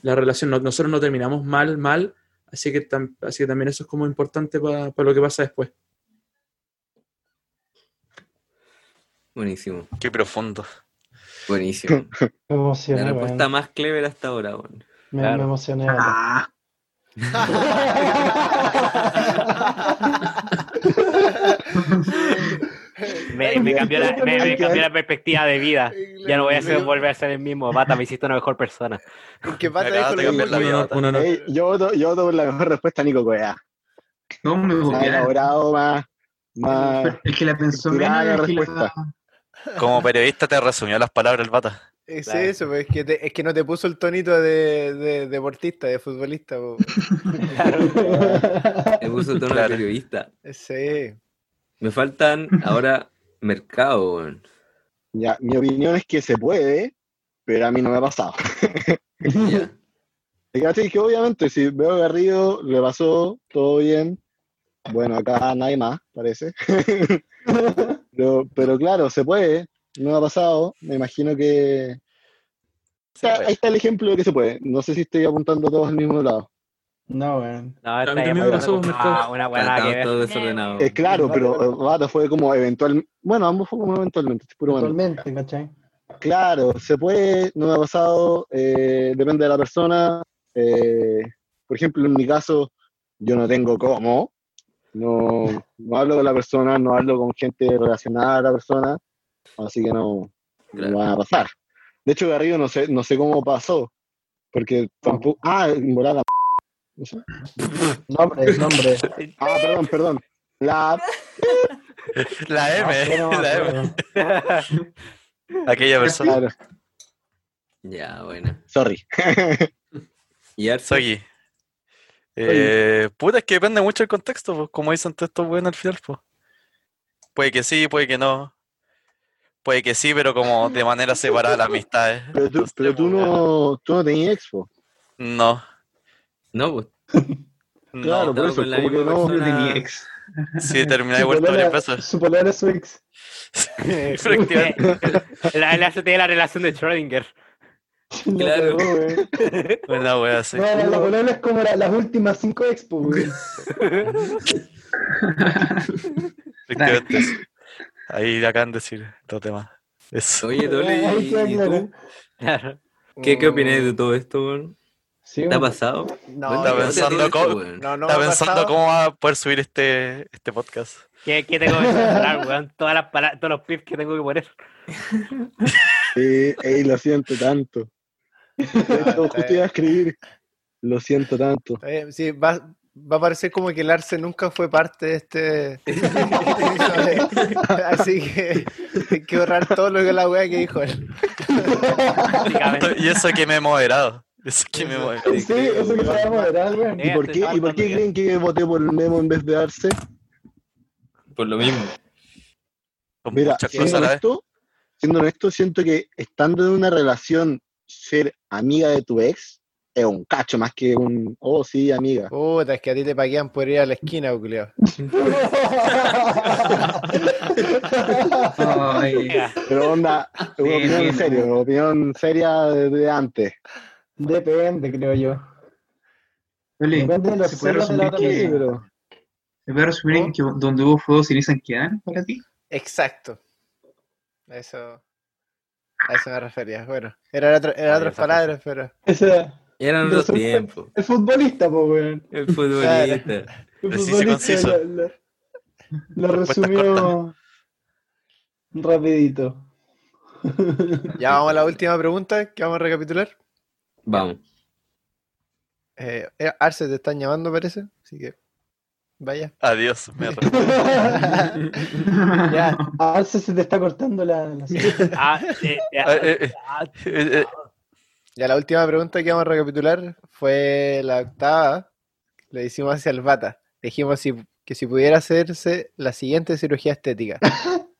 E: la relación. No- nosotros no terminamos mal, mal, así que, tam- así que también eso es como importante para lo que pasa después.
A: Buenísimo.
C: Qué profundo.
A: Buenísimo.
H: Me emocioné,
A: La
H: weón.
A: respuesta más clever hasta ahora, weón.
H: Me,
B: Claro.
H: me emocioné. weón.
I: Ah,
B: Me, me cambió la, me- me cambió la perspectiva de vida. Ya no voy a ser- volver a ser el mismo. Bata, me hiciste una mejor persona.
D: ¿Qué pasa?
C: Acabas
D: Dijo
C: de
D: lo
C: cambiar la
D: mismo.
C: vida.
E: Uno-
C: Bata.
E: uno no-
G: Ey, Eh, yo voto, yo voto por la mejor respuesta, Nico Coea.
I: ¿cómo me
G: Más
I: copiaron?
G: elaborado, más, más
I: El que la pensó
G: estructurada
I: menos, el que
G: la
I: la...
C: Como periodista te resumió las palabras el bata.
D: Es
B: Claro.
D: eso, pues, es, que te- es que no te puso el tonito de, de deportista, de futbolista. po.
A: Me puso el tono
C: Claro.
A: de periodista.
D: Sí.
A: Me faltan ahora mercado, weón.
G: Ya, mi opinión es que se puede, pero a mí no me ha pasado.
A: Ya.
G: Y caché que obviamente, si veo a Garrido, le pasó todo bien. Bueno, acá nadie más, parece. pero, pero claro, se puede. No me ha pasado. Me imagino que.
C: Se
G: Está-
C: puede.
G: ahí está el ejemplo de que se puede. No sé si estoy apuntando todos al mismo lado.
H: No, weón.
B: No,
E: mí
B: esta
E: también
B: ya
E: me pasó,
B: pasó como
E: Mercado.
B: una- una buena que
A: Estamos
B: ver.
A: todos desordenados.
G: Es claro,
H: No,
G: pero
H: pero-
G: eh, Vato fue como eventual. Bueno, ambos fue como eventualmente. estoy puro bueno.
H: Actualmente, ¿cachai?
G: Claro, se puede, no me ha pasado, eh, depende de la persona. eh, por ejemplo, en mi caso, yo no tengo cómo, No, no hablo con la persona, no hablo con gente relacionada a la persona, así que no, no
A: Claro.
G: van a pasar. De hecho, Garrido no sé, no sé cómo pasó, porque tampoco. Ah, en volada. No sé.
H: Nombre, nombre.
G: Ah, perdón, perdón. La
C: La M,
H: No, no,
C: la
H: no,
C: M.
H: no.
C: Aquella persona.
G: claro,
A: Ya, bueno.
G: ah, sorry.
A: Y Arce,
C: Soy. Eh, puta, es que depende mucho del contexto, pues, como dicen todos estos buenos al final, pues. Puede que sí, puede que no. Puede que sí, pero como de manera separada las amistades.
G: Pero tú,
C: Entonces,
G: pero tú
C: pues,
G: no, tú no tenías expo.
C: No,
A: no, pues,
C: no.
G: Claro, pues.
A: estaba con
G: por eso,
A: pues la
G: como que
A: misma
G: no,
I: Yo
A: persona.
I: tenía ex.
C: Sí, terminé de
H: Su
C: vuelta varias
H: polola-
C: veces.
H: Su palabra es su ex.
C: Efectivamente.
B: La, la, de la relación de Schrödinger.
H: No,
A: Claro.
H: pero, güey.
C: Una wea así.
H: No, la, la polola es como la- las últimas cinco expos, güey.
C: Efectivamente. sí. Ahí le acaban de decir los demás. Eso.
A: Oye, Tole,
H: Ahí queda
A: ¿y, y
H: claro.
A: tú? ¿Qué, qué opináis de todo esto, weón?
H: Sí,
A: ¿Te ha
H: güey.
A: pasado?
D: No,
A: Cuéntame,
C: Está
A: ¿cómo te ha
C: pensando
A: ido esto,
C: cómo-
A: weón?
D: no, no.
C: Estaba
D: me ha
C: pensando
D: pasado.
C: cómo va a poder subir este, este podcast.
B: ¿Qué, qué tengo que hablar, weón? Todas las pala- todos los pips que tengo que poner.
G: Sí, eh, ey, lo siento tanto. De hecho,
D: No, está
G: justo iba a escribir. Lo siento tanto.
D: Está bien, sí, va, va a parecer como que el Arce nunca fue parte de este. Así que hay que borrar todo lo que la wea que dijo él.
B: Básicamente.
C: Y eso que me he moderado. Eso que me he
D: Eso.
C: moderado.
H: Sí, eso que sabemos, ¿verdad, güey?
G: ¿Y por qué, ¿y por qué creen que voté por Memo en vez de Arce?
A: Por lo mismo.
C: Con
G: Mira, eh,
C: muchas cosas
G: siendo
C: a la vez.
G: honesto, siendo honesto, siento que estando en una relación, ser amiga de tu ex es un cacho más que un, oh, sí, amiga.
D: Puta, es que a ti te paquean por ir a la esquina, culiao.
I: Ay,
G: Pero onda, una opinión
I: bien.
G: en serio, una opinión seria de, de antes.
H: Depende, creo yo.
I: Loli,
H: Depende de los
I: ¿se puede
H: celos de la
I: resumir
H: otra
I: que,
H: persona.
G: Pero,
I: ¿se puede resumir en que donde hubo fuego cenizas quedaron para ti?
D: Exacto. Eso. A eso me refería. Bueno, eran otro- eran
B: Ah,
D: otras
B: esa
D: palabras, pero.
H: Ese-
A: Eran
H: Yo
A: otros
H: soy-
A: tiempos.
H: el futbolista, pues, güey.
A: El futbolista.
H: El
C: Preciso y
H: futbolista
C: conciso.
H: lo- lo- lo
C: Respuesta
H: resumió rapidito.
D: Ya vamos a la última pregunta que vamos a recapitular.
A: Vamos.
D: Eh, eh, Arce te están llamando, parece. Así que. Vaya.
C: Adiós, me re-
D: Ya.
H: Arce se te está cortando la... la-
B: Ah, eh, eh,
C: Ah, eh, eh,
B: ah,
C: eh, eh,
D: Ya la última pregunta que vamos a recapitular fue la octava. Le hicimos hacia el bata. Dijimos si- que si pudiera hacerse la siguiente cirugía estética,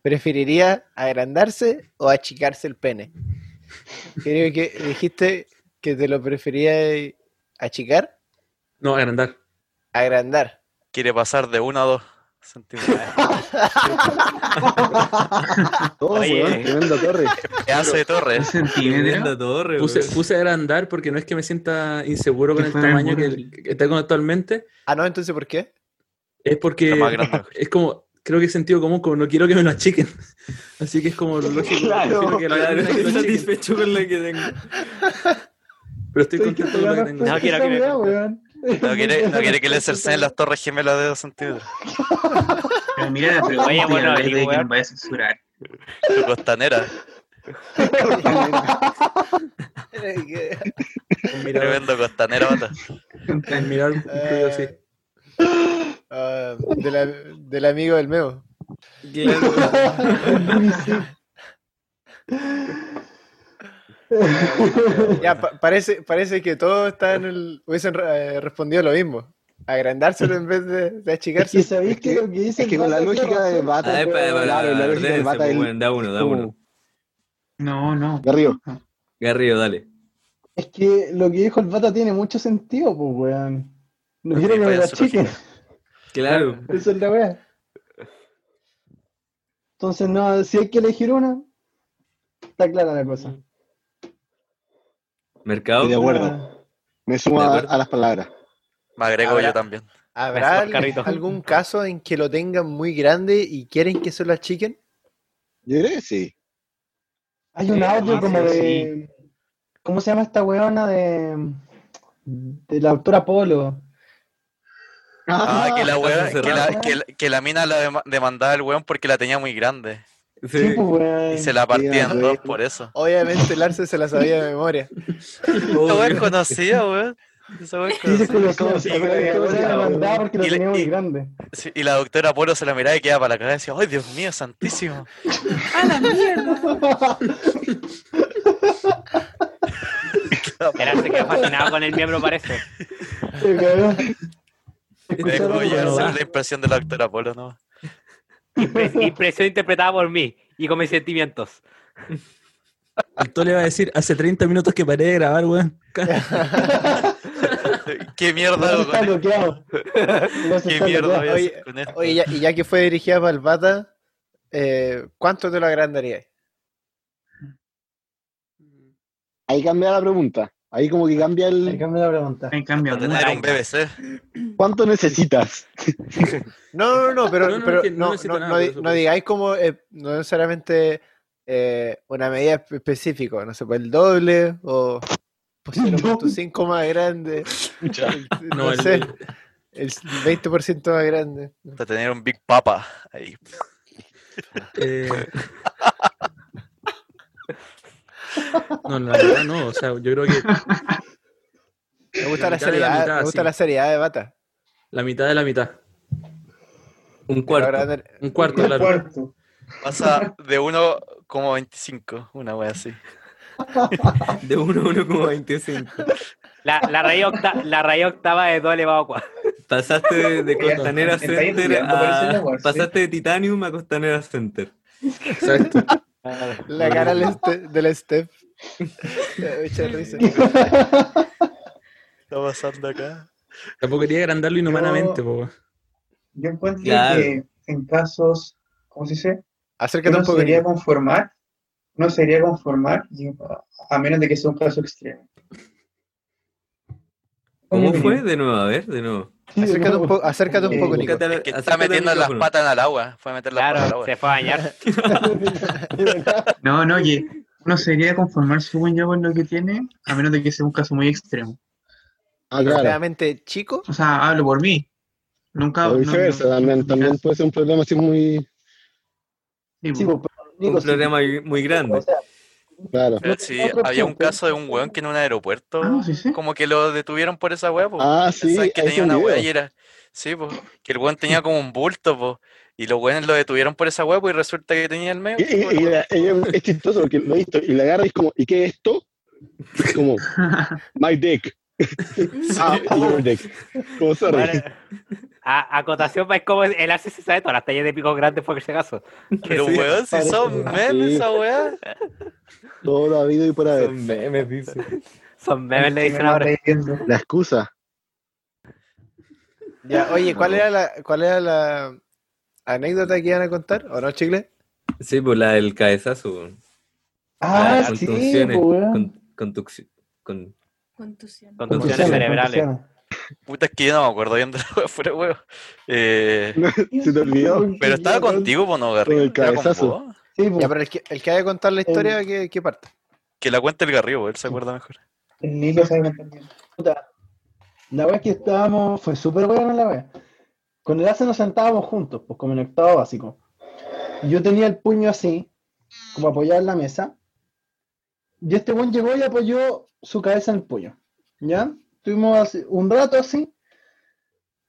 D: ¿preferiría agrandarse o achicarse el pene? Creo que dijiste que te lo prefería achicar,
E: No, agrandar.
D: agrandar.
C: Quiere pasar de 1 a 2 centímetros.
G: oh,
B: Oye.
G: weón, tremenda torre.
C: Pedazo de torre.
I: Un centímetro.
A: Tremenda torre,
E: Puse,
A: weón.
E: puse agrandar porque no es que me sienta inseguro con
I: Que
E: el
I: fuera
E: tamaño
I: bueno.
E: que, que tengo actualmente,
D: Ah, no, entonces ¿por qué?
E: es
C: Está
E: porque
C: más grande.
E: es como, creo que es sentido común, como no quiero que me lo achiquen. Así que es como lo lógico.
G: Claro.
E: prefiero que lo
A: Claro,
E: agranden a que lo
A: estoy
E: achiquen.
A: satisfecho con la que tengo.
E: Pero estoy
H: Estoy que
E: contento con
H: te
E: lo que tengo.
H: la respuesta
B: No quiero
H: esa
B: que me-
H: weá, weón.
C: No quiere, no quiere que le cercen las torres gemelas de 2 centímetros.
I: Pero mira la pregunta
B: Oye, bueno,
I: y
B: ahí,
I: de que
B: weón.
I: nos vaya a censurar.
C: Tu costanera.
E: Con mirar,
C: Tremendo costanera, bata.
E: con mirar incluido así.
D: Eh, ah, de la- del amigo del memo. Ya, pa- parece, parece que todos están el- hubiesen eh, respondido lo mismo. Agrandárselo en vez de, de
H: Es que
D: achicarse.
H: sabéis que lo que dice
G: Es que
H: el
G: con la
H: Bata tiene
G: lógica de
H: razón.
A: A
G: Bata,
A: ver, para, para,
G: claro, la lógica del
A: ordenense,
G: Bata
A: pues,
G: es
A: weón, da uno, da uno.
G: como
I: No, no.
G: Garrido.
A: Garrido, dale.
H: Es que lo que dijo el Bata tiene mucho sentido, pues, weón. No quiero que me la
C: Vaya su
H: chiquen.
A: Claro.
H: Esa es la weá. Entonces, no, si hay que elegir una, está clara la cosa.
A: Mercado.
G: De acuerdo. Me sumo
A: De
G: a,
A: acuerdo.
G: a las palabras.
C: Me agrego
D: Ahora-
C: yo también.
D: ¿Habrá
B: Mejor carrito.
D: algún caso en que lo tengan muy grande y quieren que se lo achiquen?
G: Yo creo que sí.
H: Hay un
I: Eh,
H: audio
I: sí,
H: como
I: sí.
H: de. ¿Cómo se llama esta weona de. de la doctora Polo?
C: Ah, que la
A: Caso
C: wea- que la,
A: cerrado.
C: que la- que la mina la dema- demandaba al weón porque la tenía muy grande.
A: Sí.
H: Sí, pues, weón.
C: Y se la partían
G: weón.
C: dos por eso.
D: Obviamente el Arce se la sabía de memoria.
C: Esa wea es conocida, weón. Esa wea es
H: Dices
C: conocida.
H: que lo
G: ¿Cómo se-
H: hacía, pero
G: cómo se
H: la
G: llama,
H: mandaba porque lo
C: Y le-
H: tenía muy
C: y-
H: grande.
C: Sí, y la doctora Polo se la miraba y quedaba para la cara y decía, ¡ay, Dios mío, santísimo!
B: Era se quedó fascinado con el miembro, parece.
H: Se cagó.
C: Me dejó
H: Escucharon,
C: llevarse
H: weón.
C: la impresión de la doctora Polo, ¿no?
B: Impres- Impresión interpretada por mí y con mis sentimientos.
E: Entonces le va a decir, hace 30 minutos que paré de grabar, weón.
C: ¿Qué mierda
H: No
C: hago
H: se está
C: con esto?
H: bloqueado. No se
C: ¿Qué
H: está
C: mierda voy
H: bloqueado.
C: a
D: Oye,
C: hacer con esto?
D: Oye, ya- y ya que fue dirigida para el Bata, eh, ¿cuánto te lo agrandarías?
G: Ahí cambia la pregunta. Ahí como que cambia
H: Ahí
G: el...
H: cambia la pregunta.
I: En cambio,
C: Para tener un BBC.
G: ¿Cuánto necesitas?
D: No, no, no, pero,
E: No, no,
D: pero
E: que no
D: no,
E: necesito
D: no-
E: nada,
D: no
E: por
D: di-
E: eso,
D: no
E: por eso.
D: digáis como eh, no necesariamente eh, una medida espe- específica, no sé, pues el doble o pues, 0.5 más grande, el- no,
E: No, el-
D: sé,
E: el-
D: el 20% más grande.
C: Para tener un Big Papa ahí.
E: Eh, No, la verdad no, o sea, yo creo que
D: Me gusta la,
E: La mitad de la
D: seriedad,
E: mitad,
D: me gusta
E: sí.
D: la seriedad de Bata.
E: la mitad de la mitad.
A: Un
D: Te lo
A: cuarto.
D: agrandar-
E: Un cuarto,
I: un
E: claro.
I: cuarto.
C: Pasa de 1,25, una wea así.
A: De 1 a 1,25.
B: La, la, raíz octa- la raíz octava es 2 elevado a 4.
A: Pasaste de, de
I: Oye,
A: Costanera
I: ¿estáis
A: Center
I: estudiando para ese
A: a.
I: lugar, sí?
A: Pasaste de Titanium a Costanera Center.
E: Exacto.
D: La cara del Ste- del Steph. Mucha risa.
C: está pasando acá?
E: Tampoco quería agrandarlo inhumanamente, po, weón.
I: Yo encuentro
A: Claro.
I: que en casos, ¿cómo se dice? Que
D: Acércate
I: no
D: un
I: se
D: poco.
I: debería conformar, no se debería conformar, y- a menos de que sea un caso extremo.
A: ¿Cómo
I: Muy
A: fue?
I: bien.
A: De nuevo, a ver, de nuevo.
D: Acércate un, po- acércate un
I: Eh,
D: poco, Nico.
A: Acércate al-
C: Es que está
A: acércate al
C: metiendo las
A: micrófono.
C: patas en el agua. Fue a meter las patas al
B: Claro,
C: agua.
B: se fue a bañar.
I: No, no, que uno se debería conformar, según yo, con lo que tiene, a menos de que sea un caso muy extremo.
G: Ah, claro.
D: Claramente chico.
I: O sea, hablo por mí.
H: Ah,
I: Nunca.
G: O
I: no-
G: viceversa,
I: no-
G: también, también
I: Sí,
G: puede ser un problema así muy...
I: pues.
H: Sí, pues, pero, Nico,
A: Un
H: sí,
A: programa muy
H: o
A: grande.
H: sea,
G: Claro.
C: Pero
H: No
C: sí,
H: tenía otra
C: había un
H: opción,
C: caso de un weón que en un aeropuerto
I: Ah, sí, sí.
C: como que lo detuvieron por esa wea, po.
G: Ah, sí,
C: Pensaban
G: ahí
C: que
G: está
C: tenía
G: un
C: una wea y
G: video.
C: era, sí, po, que el weón tenía como un bulto, po, y los weones lo detuvieron por esa wea, po, y resulta que tenía el medio.
G: Y, y- y la- y es chistoso porque lo he visto y la agarra y es como, ¿y qué es esto? Es como, my dick.
F: Mm,
G: Ah, your dick. Como, sorry.
B: Bueno, a, acotación para como el hace se sabe todas las tallas de picos grandes por ese caso.
C: Pero
B: Sí.
C: weón, si
H: parece
C: son
H: que-
C: memes
G: sí.
C: esa wea.
G: Todo lo habido y por haber.
A: Son memes, dice.
B: Son memes, le
I: Sí,
B: dicen
I: me
B: ahora.
I: está diciendo.
G: La excusa.
D: Ya, oye, ¿cuál era la, cuál era la anécdota que iban a contar? ¿O no, Chicle?
A: Sí, pues la del cabezazo.
H: Ah,
A: Las
H: sí,
A: contusiones,
H: pues, weón.
A: con- contuxi- con-
F: Contusión.
B: Contusiones
H: Contusiones,
B: cerebrales.
H: contusiones.
C: Puta, es que yo no me acuerdo bien de la wea, fuera weón. Eh,
G: Se te olvidó.
C: pero estaba contigo, po, no, Garrido.
G: Con el
C: Estaba con
G: cabezazo.
C: vos.
H: Sí, pues,
D: Ya, pero el que, el que haya contar la historia, ¿qué, qué parte?
C: Que la cuente el Garrido, pues, él se acuerda mejor.
I: El Nico sabe contar bien.
H: puta. La wea que estábamos, fue súper buena la wea. Con el Ace nos sentábamos juntos, pues como en octavo básico. Y Yo tenía el puño así, como apoyado en la mesa. Y este buen llegó y apoyó su cabeza en el puño. ¿Ya? Estuvimos así- un rato así.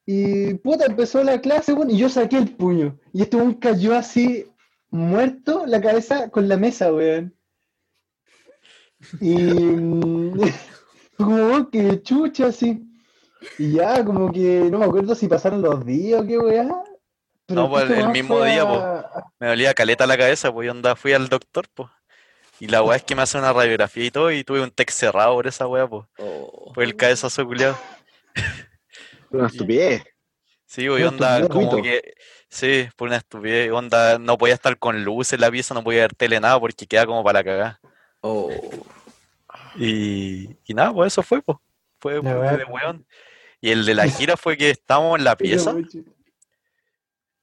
H: Y puta, empezó la clase, weón, y yo saqué el puño. Y este buen cayó así, muerto, la cabeza con la mesa, weón. Y mm, fue como weón, que chucha así. Y ya, como que no me acuerdo si pasaron los días o qué weá. pero
C: No, pues,
H: este
C: el
H: weón
C: mismo
H: fue
C: día,
H: a-
C: pues. Me dolía caleta la cabeza, pues yo andaba, fui al doctor, pues. Y la weá es que me hace una radiografía y todo, y tuve un text cerrado por esa weá, pues. Por el cabezazo culiado.
G: Una estupidez.
C: Sí, pues
G: Una
C: yo andaba
G: estupidez,
C: como
G: Cuito.
C: que. Sí, por una estupidez. Onda, no podía estar con luz en la pieza, no podía ver tele, nada, porque quedaba como para la cagada.
A: Oh.
C: Y, y nada, pues eso fue, pues. Fue
H: La
C: fue
H: weá.
C: de weón. Y el de la gira fue que estábamos en la pieza.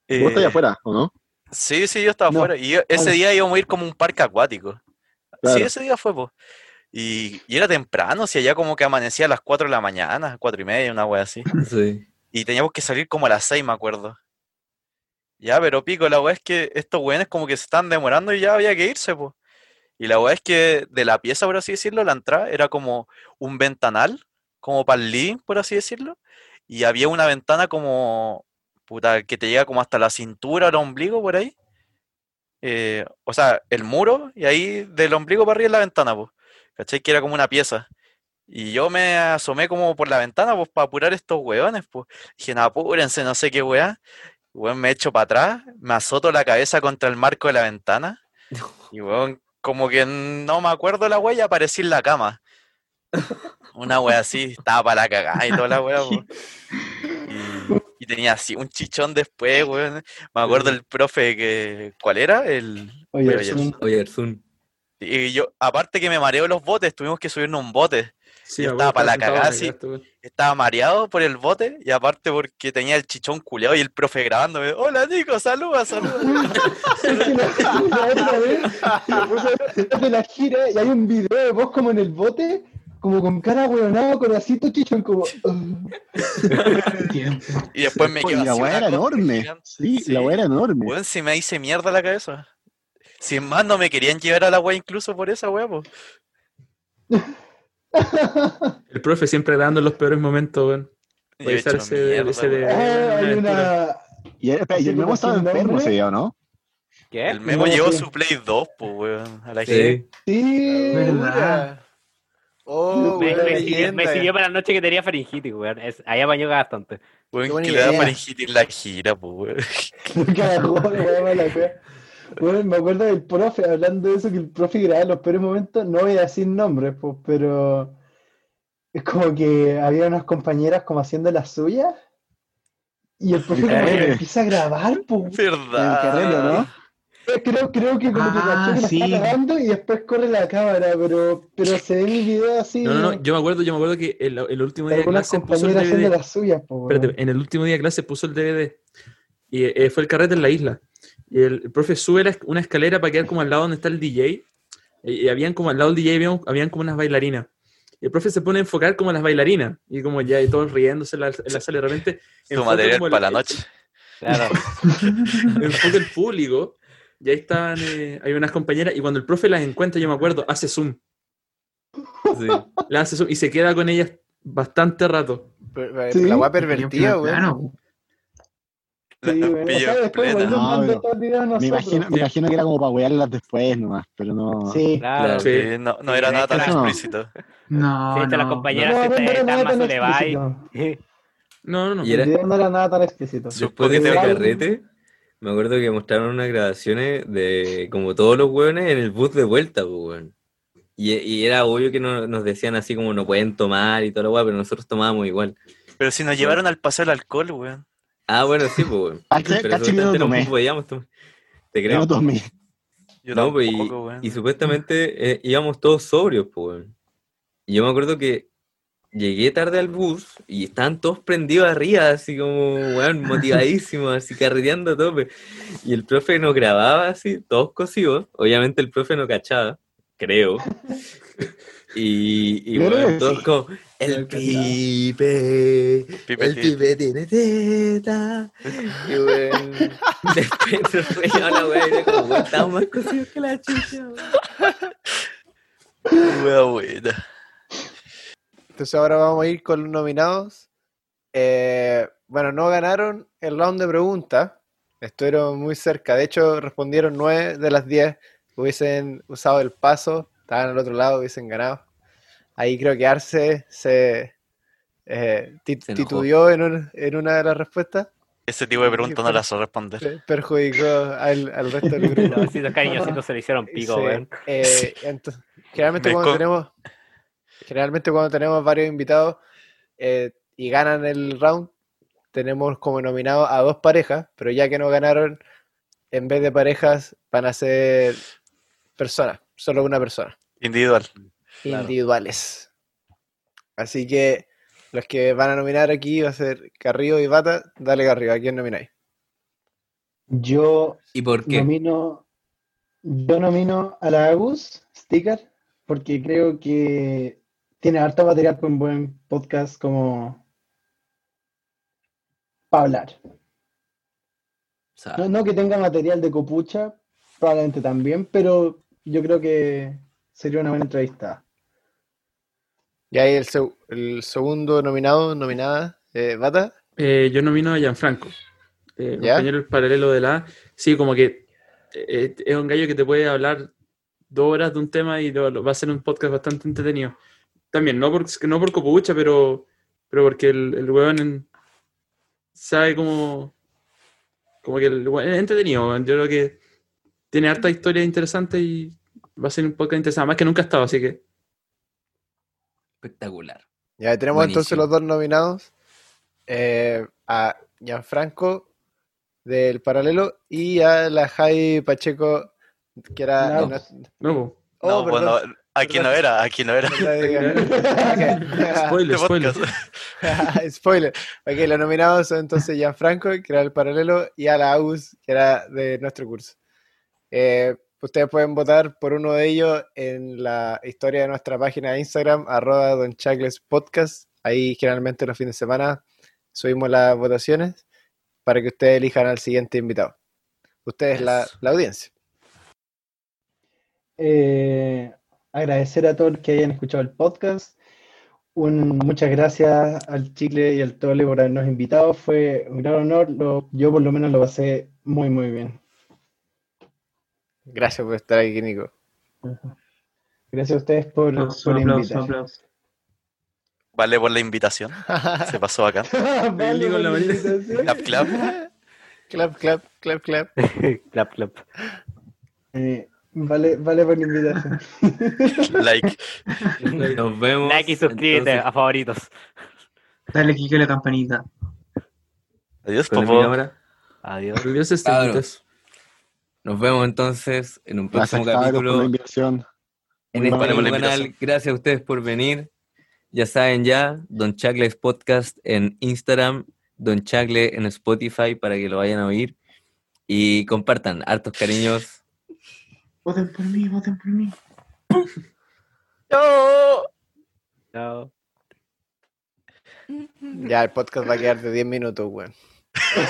G: ¿Vos estás
C: eh,
G: ahí afuera o no?
C: Sí, sí, yo estaba
H: No,
C: afuera. Y yo- ese
H: vale.
C: día íbamos a ir como a un parque acuático. Sí,
G: Claro.
C: ese día fue, pues. Y, y era temprano, si allá como que amanecía a las 4 de la mañana, 4 y media, una wea así.
A: Sí.
C: Y teníamos que salir como a las 6, me acuerdo. Ya, pero pico, la weá es que estos weones como que se están demorando y ya había que irse, pues. Y la weá es que de la pieza, por así decirlo, la entrada era como un ventanal, como para el living, por así decirlo. Y había una ventana como, puta, que te llega como hasta la cintura o el ombligo por ahí. Eh, o sea, el muro y ahí del ombligo para arriba es la ventana, pues. ¿Cachai? Que era como una pieza. Y yo me asomé como por la ventana, pues, para apurar estos weones, pues. Dije, no, apúrense, no sé qué weá. Weón, me echo para atrás, me azoto la cabeza contra el marco de la ventana. Y weón, como que no me acuerdo la weá y aparecí en la cama. Una weá así, estaba para la cagada y toda la weá, po. Y, y tenía así un chichón después, weón. Me acuerdo el profe que. ¿Cuál era? El.
H: Oye,
C: Pero
H: es
C: ya-
H: un-
A: Oye, Erzun.
C: Y yo, aparte que me mareo los botes, tuvimos que subirnos a un bote.
E: Sí,
C: Yo
E: me
C: estaba
E: acuerdo,
C: pa' la
E: sentado en
C: cagada, sí.
E: cagaste, weón.
C: Estaba mareado por el bote y aparte porque tenía el chichón culeado y el profe grabándome. Hola Nico, saluda, saluda.
H: Es que la, la otra vez me puse a ver de la gira y hay un video de vos como en el bote, como con cara hueonado, con acito chichón, como. "Ugh".
I: Tiempo.
C: Y después me
G: Oye,
C: quedé
G: la
C: así
G: weá
C: una
G: era
C: cosa
G: enorme.
C: gigante.
G: Sí,
C: Sí.
G: la weá era enorme.
C: Weón, si me hice mierda la cabeza. Si más no me querían llevar a la weá incluso por esa weá, po.
E: El profe siempre dando los peores momentos, weón.
C: Yo
E: Puede
C: hecho
E: ser ese-
C: mierda,
E: ese de-
C: weón.
H: Ah, hay una.
G: Y, era- espera, y el
H: Así
G: memo
H: como
G: estaba
H: sin
G: enfermo
H: nombre.
G: ese día, ¿o ¿no?
B: ¿Qué?
C: El memo
H: No,
C: llevó
H: sí.
C: su Play 2, po, weón, a la gente.
A: Sí.
H: Sí,
I: ¿Verdad?
H: mira.
D: Oh,
B: Me,
D: weón,
B: me sirvió, me
D: leyenda.
B: sirvió para la noche que tenía faringitis, weón. Es- ahí apañó bastante.
C: Weón,
D: Qué buena
C: que le da
D: idea.
C: faringitis en la gira, po, weón.
H: Cagó, weón, la wea. Bueno, me acuerdo del profe, hablando de eso, que el profe grababa los peores momentos, no voy a decir nombres, pues, pero es como que había unas compañeras como haciendo las suyas y el profe como que
G: Eh.
H: empieza a grabar, pues.
C: Verdad.
G: En el carrero, ¿no?
H: Creo, creo que como que
I: Ah,
H: cachó que lo
I: sí.
H: está grabando y después corre la cámara, pero, pero se ve el video así.
E: No, no, no, yo me acuerdo, yo me acuerdo que el, el último
H: de
E: día de
H: algunas
E: clase puso el
H: compañeras haciendo
E: DVD.
H: las suyas, pues. weón.
E: Espérate, en el último día de clase puso el DVD. Y eh, fue el carrete en la isla. Y el, el profe sube la es- una escalera para quedar como al lado donde está el DJ. Y, y habían como al lado del DJ, habían, habían como unas bailarinas. Y el profe se pone a enfocar como a las bailarinas. Y como ya, y todos riéndose en la, en la sala. Y de repente.
C: Su
E: enfoca
C: material
E: como el-
C: para la noche.
B: Claro.
E: enfoca el público. Y ahí están, eh, hay unas compañeras. Y cuando el profe las encuentra, yo me acuerdo, hace zoom.
A: sí.
E: La hace zoom y se queda con ellas bastante rato.
D: Per- per-
H: Sí.
D: La weá
I: Tiempo
D: pervertida,
I: en
D: weón.
I: plano, po.
H: Sí,
C: Los
H: weón. O
C: pillo
H: sea,
C: en
H: después
C: plena.
H: volvió
G: No,
H: mandó
G: pero
H: todo el video a
G: Me
H: nosotros.
G: imagino, me imagino que era como para wearlas después nomás, pero no.
H: Sí.
B: Claro.
E: Sí.
C: Sí, no, no era
B: Sí,
C: nada tan
B: claro.
C: explícito.
I: No,
B: Sí,
I: no.
B: te la compañera.
H: No,
B: Gracias,
H: no era
B: está
H: nada
B: más
H: tan
B: elevado.
H: explícito.
E: No, no, no.
A: Y era-
H: El video no era nada tan explícito.
A: Después de
C: Supongo que
A: ese
H: te-
A: carrete, me acuerdo que mostraron unas grabaciones de como todos los hueones en el bus de vuelta, pues, weón. Y, y era obvio que no- nos decían así como no pueden tomar y toda la weá, pero nosotros tomábamos igual.
C: Pero si nos llevaron al paseo del alcohol, weón.
A: Ah, bueno, sí, pues, weón.
G: Cacha-
A: Pero
G: cacha que yo no
A: supuestamente no
G: tomé.
A: podíamos tomar. Te
G: Yo
A: creo.
G: no tomé.
C: Yo
A: No, pues, y-
C: tampoco, weón.
A: Y supuestamente eh, íbamos todos sobrios, pues. weón. Y yo me acuerdo que llegué tarde al bus y estaban todos prendidos arriba, así como, weón, motivadísimos, así carreteando a tope. Y el profe nos grababa así, todos cosidos. Obviamente el profe no cachaba, creo. Y, y
G: Yo creo
A: weón,
G: que
A: todos
G: sí.
A: como, el pipe,
C: Pipe
A: el
C: tiene-
A: pibe tiene teta. Y weón, después nos reía la weá y era como, weón, estábamos más cosidos que la chucha. weón.
C: Wea buena.
D: Entonces ahora vamos a ir con los nominados. Eh, bueno, no ganaron el round de preguntas. Estuvieron muy cerca. De hecho, respondieron 9 de las 10. Hubiesen usado el paso. Estaban al otro lado, hubiesen ganado. Ahí creo que Arce se eh, ti-
A: Se enojó.
D: titubeó en, un- en una de las respuestas.
C: Ese tipo de preguntas no las sé responder.
D: Pe- Perjudicó al, al resto del grupo.
B: Los ositos cariñositos se le hicieron pico,
D: Sí,
B: weón.
D: eh, ento- generalmente
C: Me
D: cuando
C: co-
D: tenemos generalmente cuando tenemos varios invitados eh, y ganan el round, tenemos como nominado a dos parejas, pero ya que no ganaron, en vez de parejas van a ser personas, solo una persona,
C: Individual.
B: Claro.
D: individuales. Así que los que van a nominar aquí va a ser Carrillo y Bata. Dale Carrillo, ¿a quién nomináis?
H: Yo
A: ¿Y por qué?
H: nomino, yo nomino a la Agus Sticker porque creo que tiene harto material para un buen podcast como para hablar.
A: O sea,
H: No, no que tenga material de copucha, probablemente también, pero yo creo que sería una buena entrevista.
D: Y ahí el, seg- el segundo nominado, nominada, eh, Bata.
E: Eh, yo nomino a Gianfranco, eh,
D: ¿Ya?
E: compañero del paralelo de la A. Sí, como que eh, es un gallo que te puede hablar dos horas de un tema y lo- lo- va a ser un podcast bastante entretenido. También, no por, no por copucha, pero, pero porque el, el weón en- sabe como... Como que el weón es entretenido, weón. yo creo que tiene harta historia interesante y va a ser un podcast interesante, más que nunca ha estado, así que...
A: espectacular.
D: Ya tenemos entonces
A: Buenísimo.
D: los dos nominados. eh, a Gianfranco del Paralelo y a la Jai Pacheco, que era...
H: No.
D: Ah, no-
E: No, po.
D: Oh,
C: No, bueno,
D: perdón,
C: aquí no era, aquí no era.
D: no la diga.
E: spoiler,
C: Este
E: spoiler.
C: podcast.
D: Spoiler. Ok, los nominados son entonces Gianfranco, que era el paralelo, y a la AUS, que era de nuestro curso. Eh, ustedes pueden votar por uno de ellos en la historia de nuestra página de Instagram, arroba Don Chacles Podcast. Ahí generalmente los fines de semana subimos las votaciones para que ustedes elijan al siguiente invitado. Ustedes, la,
A: Eso.
D: la audiencia.
H: Eh, agradecer a todos que hayan escuchado el podcast. Un- muchas gracias al Chicle y al Tole por habernos invitado. Fue un gran honor. Lo- yo por lo menos lo pasé muy, muy bien.
D: Gracias por estar aquí, Nico.
H: Gracias a ustedes por,
I: Aplausos,
H: por
I: aplausos,
H: invitar.
I: aplausos.
C: Vale por la invitación. Se pasó acá.
H: Vale,
E: Digo, la
H: por la
E: verdad.
H: invitación.
C: Clap, clap.
D: clap, clap, clap, clap.
B: clap, clap.
H: Eh, vale, vale por la invitación.
C: Like.
A: Nos vemos.
B: Like y suscríbete
A: entonces,
B: a favoritos.
I: Dale click a la campanita.
C: Adiós,
A: con mi
C: papá.
A: cámara.
B: Adiós.
E: Adiós,
A: Cabros.
E: estrellitas.
A: Nos vemos entonces en un próximo
G: Gracias, cabros, por la
A: capítulo
G: invitación.
A: en
G: Muy
A: este
G: amable
A: mismo
C: la
A: canal.
C: invitación.
A: Gracias a ustedes por venir. Ya saben ya, Don Chacles Podcast en Instagram, Don Chacle en Spotify para que lo vayan a oír. Y compartan, hartos cariños.
I: Voten por mí, voten por mí.
B: Chao.
D: Ya, el podcast va a quedar de 10 minutos, weón.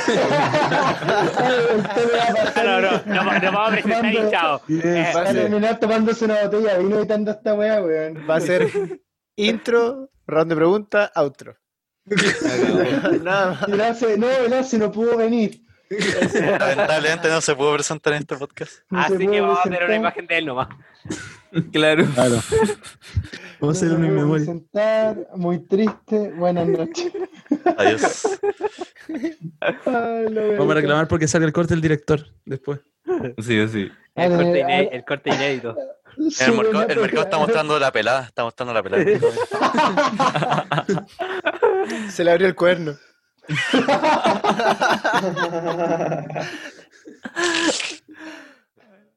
B: No, no, no, no, vamos a presentar Eh, y chao.
G: Bien,
H: Va a
G: pase.
H: terminar tomándose una botella de vino evitando esta weá, weón.
D: Va a ser intro, round de preguntas, outro. Nada más.
H: Y Lace- no, Lace no pudo venir.
C: Lamentablemente no se pudo presentar en este podcast.
H: No se
B: Así
H: pudo
B: que vamos a tener
H: presentar.
B: una imagen de él nomás.
A: Claro.
G: Claro. Vamos a
H: No
G: hacer
H: se
G: una
H: pudo
G: memoria.
H: presentar, muy triste. Buenas noches.
C: Adiós.
H: Ay, la weá.
E: Vamos a reclamar porque salga el corte del director después.
A: Sí, sí.
H: Ah,
B: El corte,
H: ah,
B: iné- el corte inédito.
H: Sí,
C: El mercado,
H: buena
C: el mercado está
H: propiedad.
C: mostrando la pelada. Está mostrando la pelada.
D: Se le abrió el cuerno.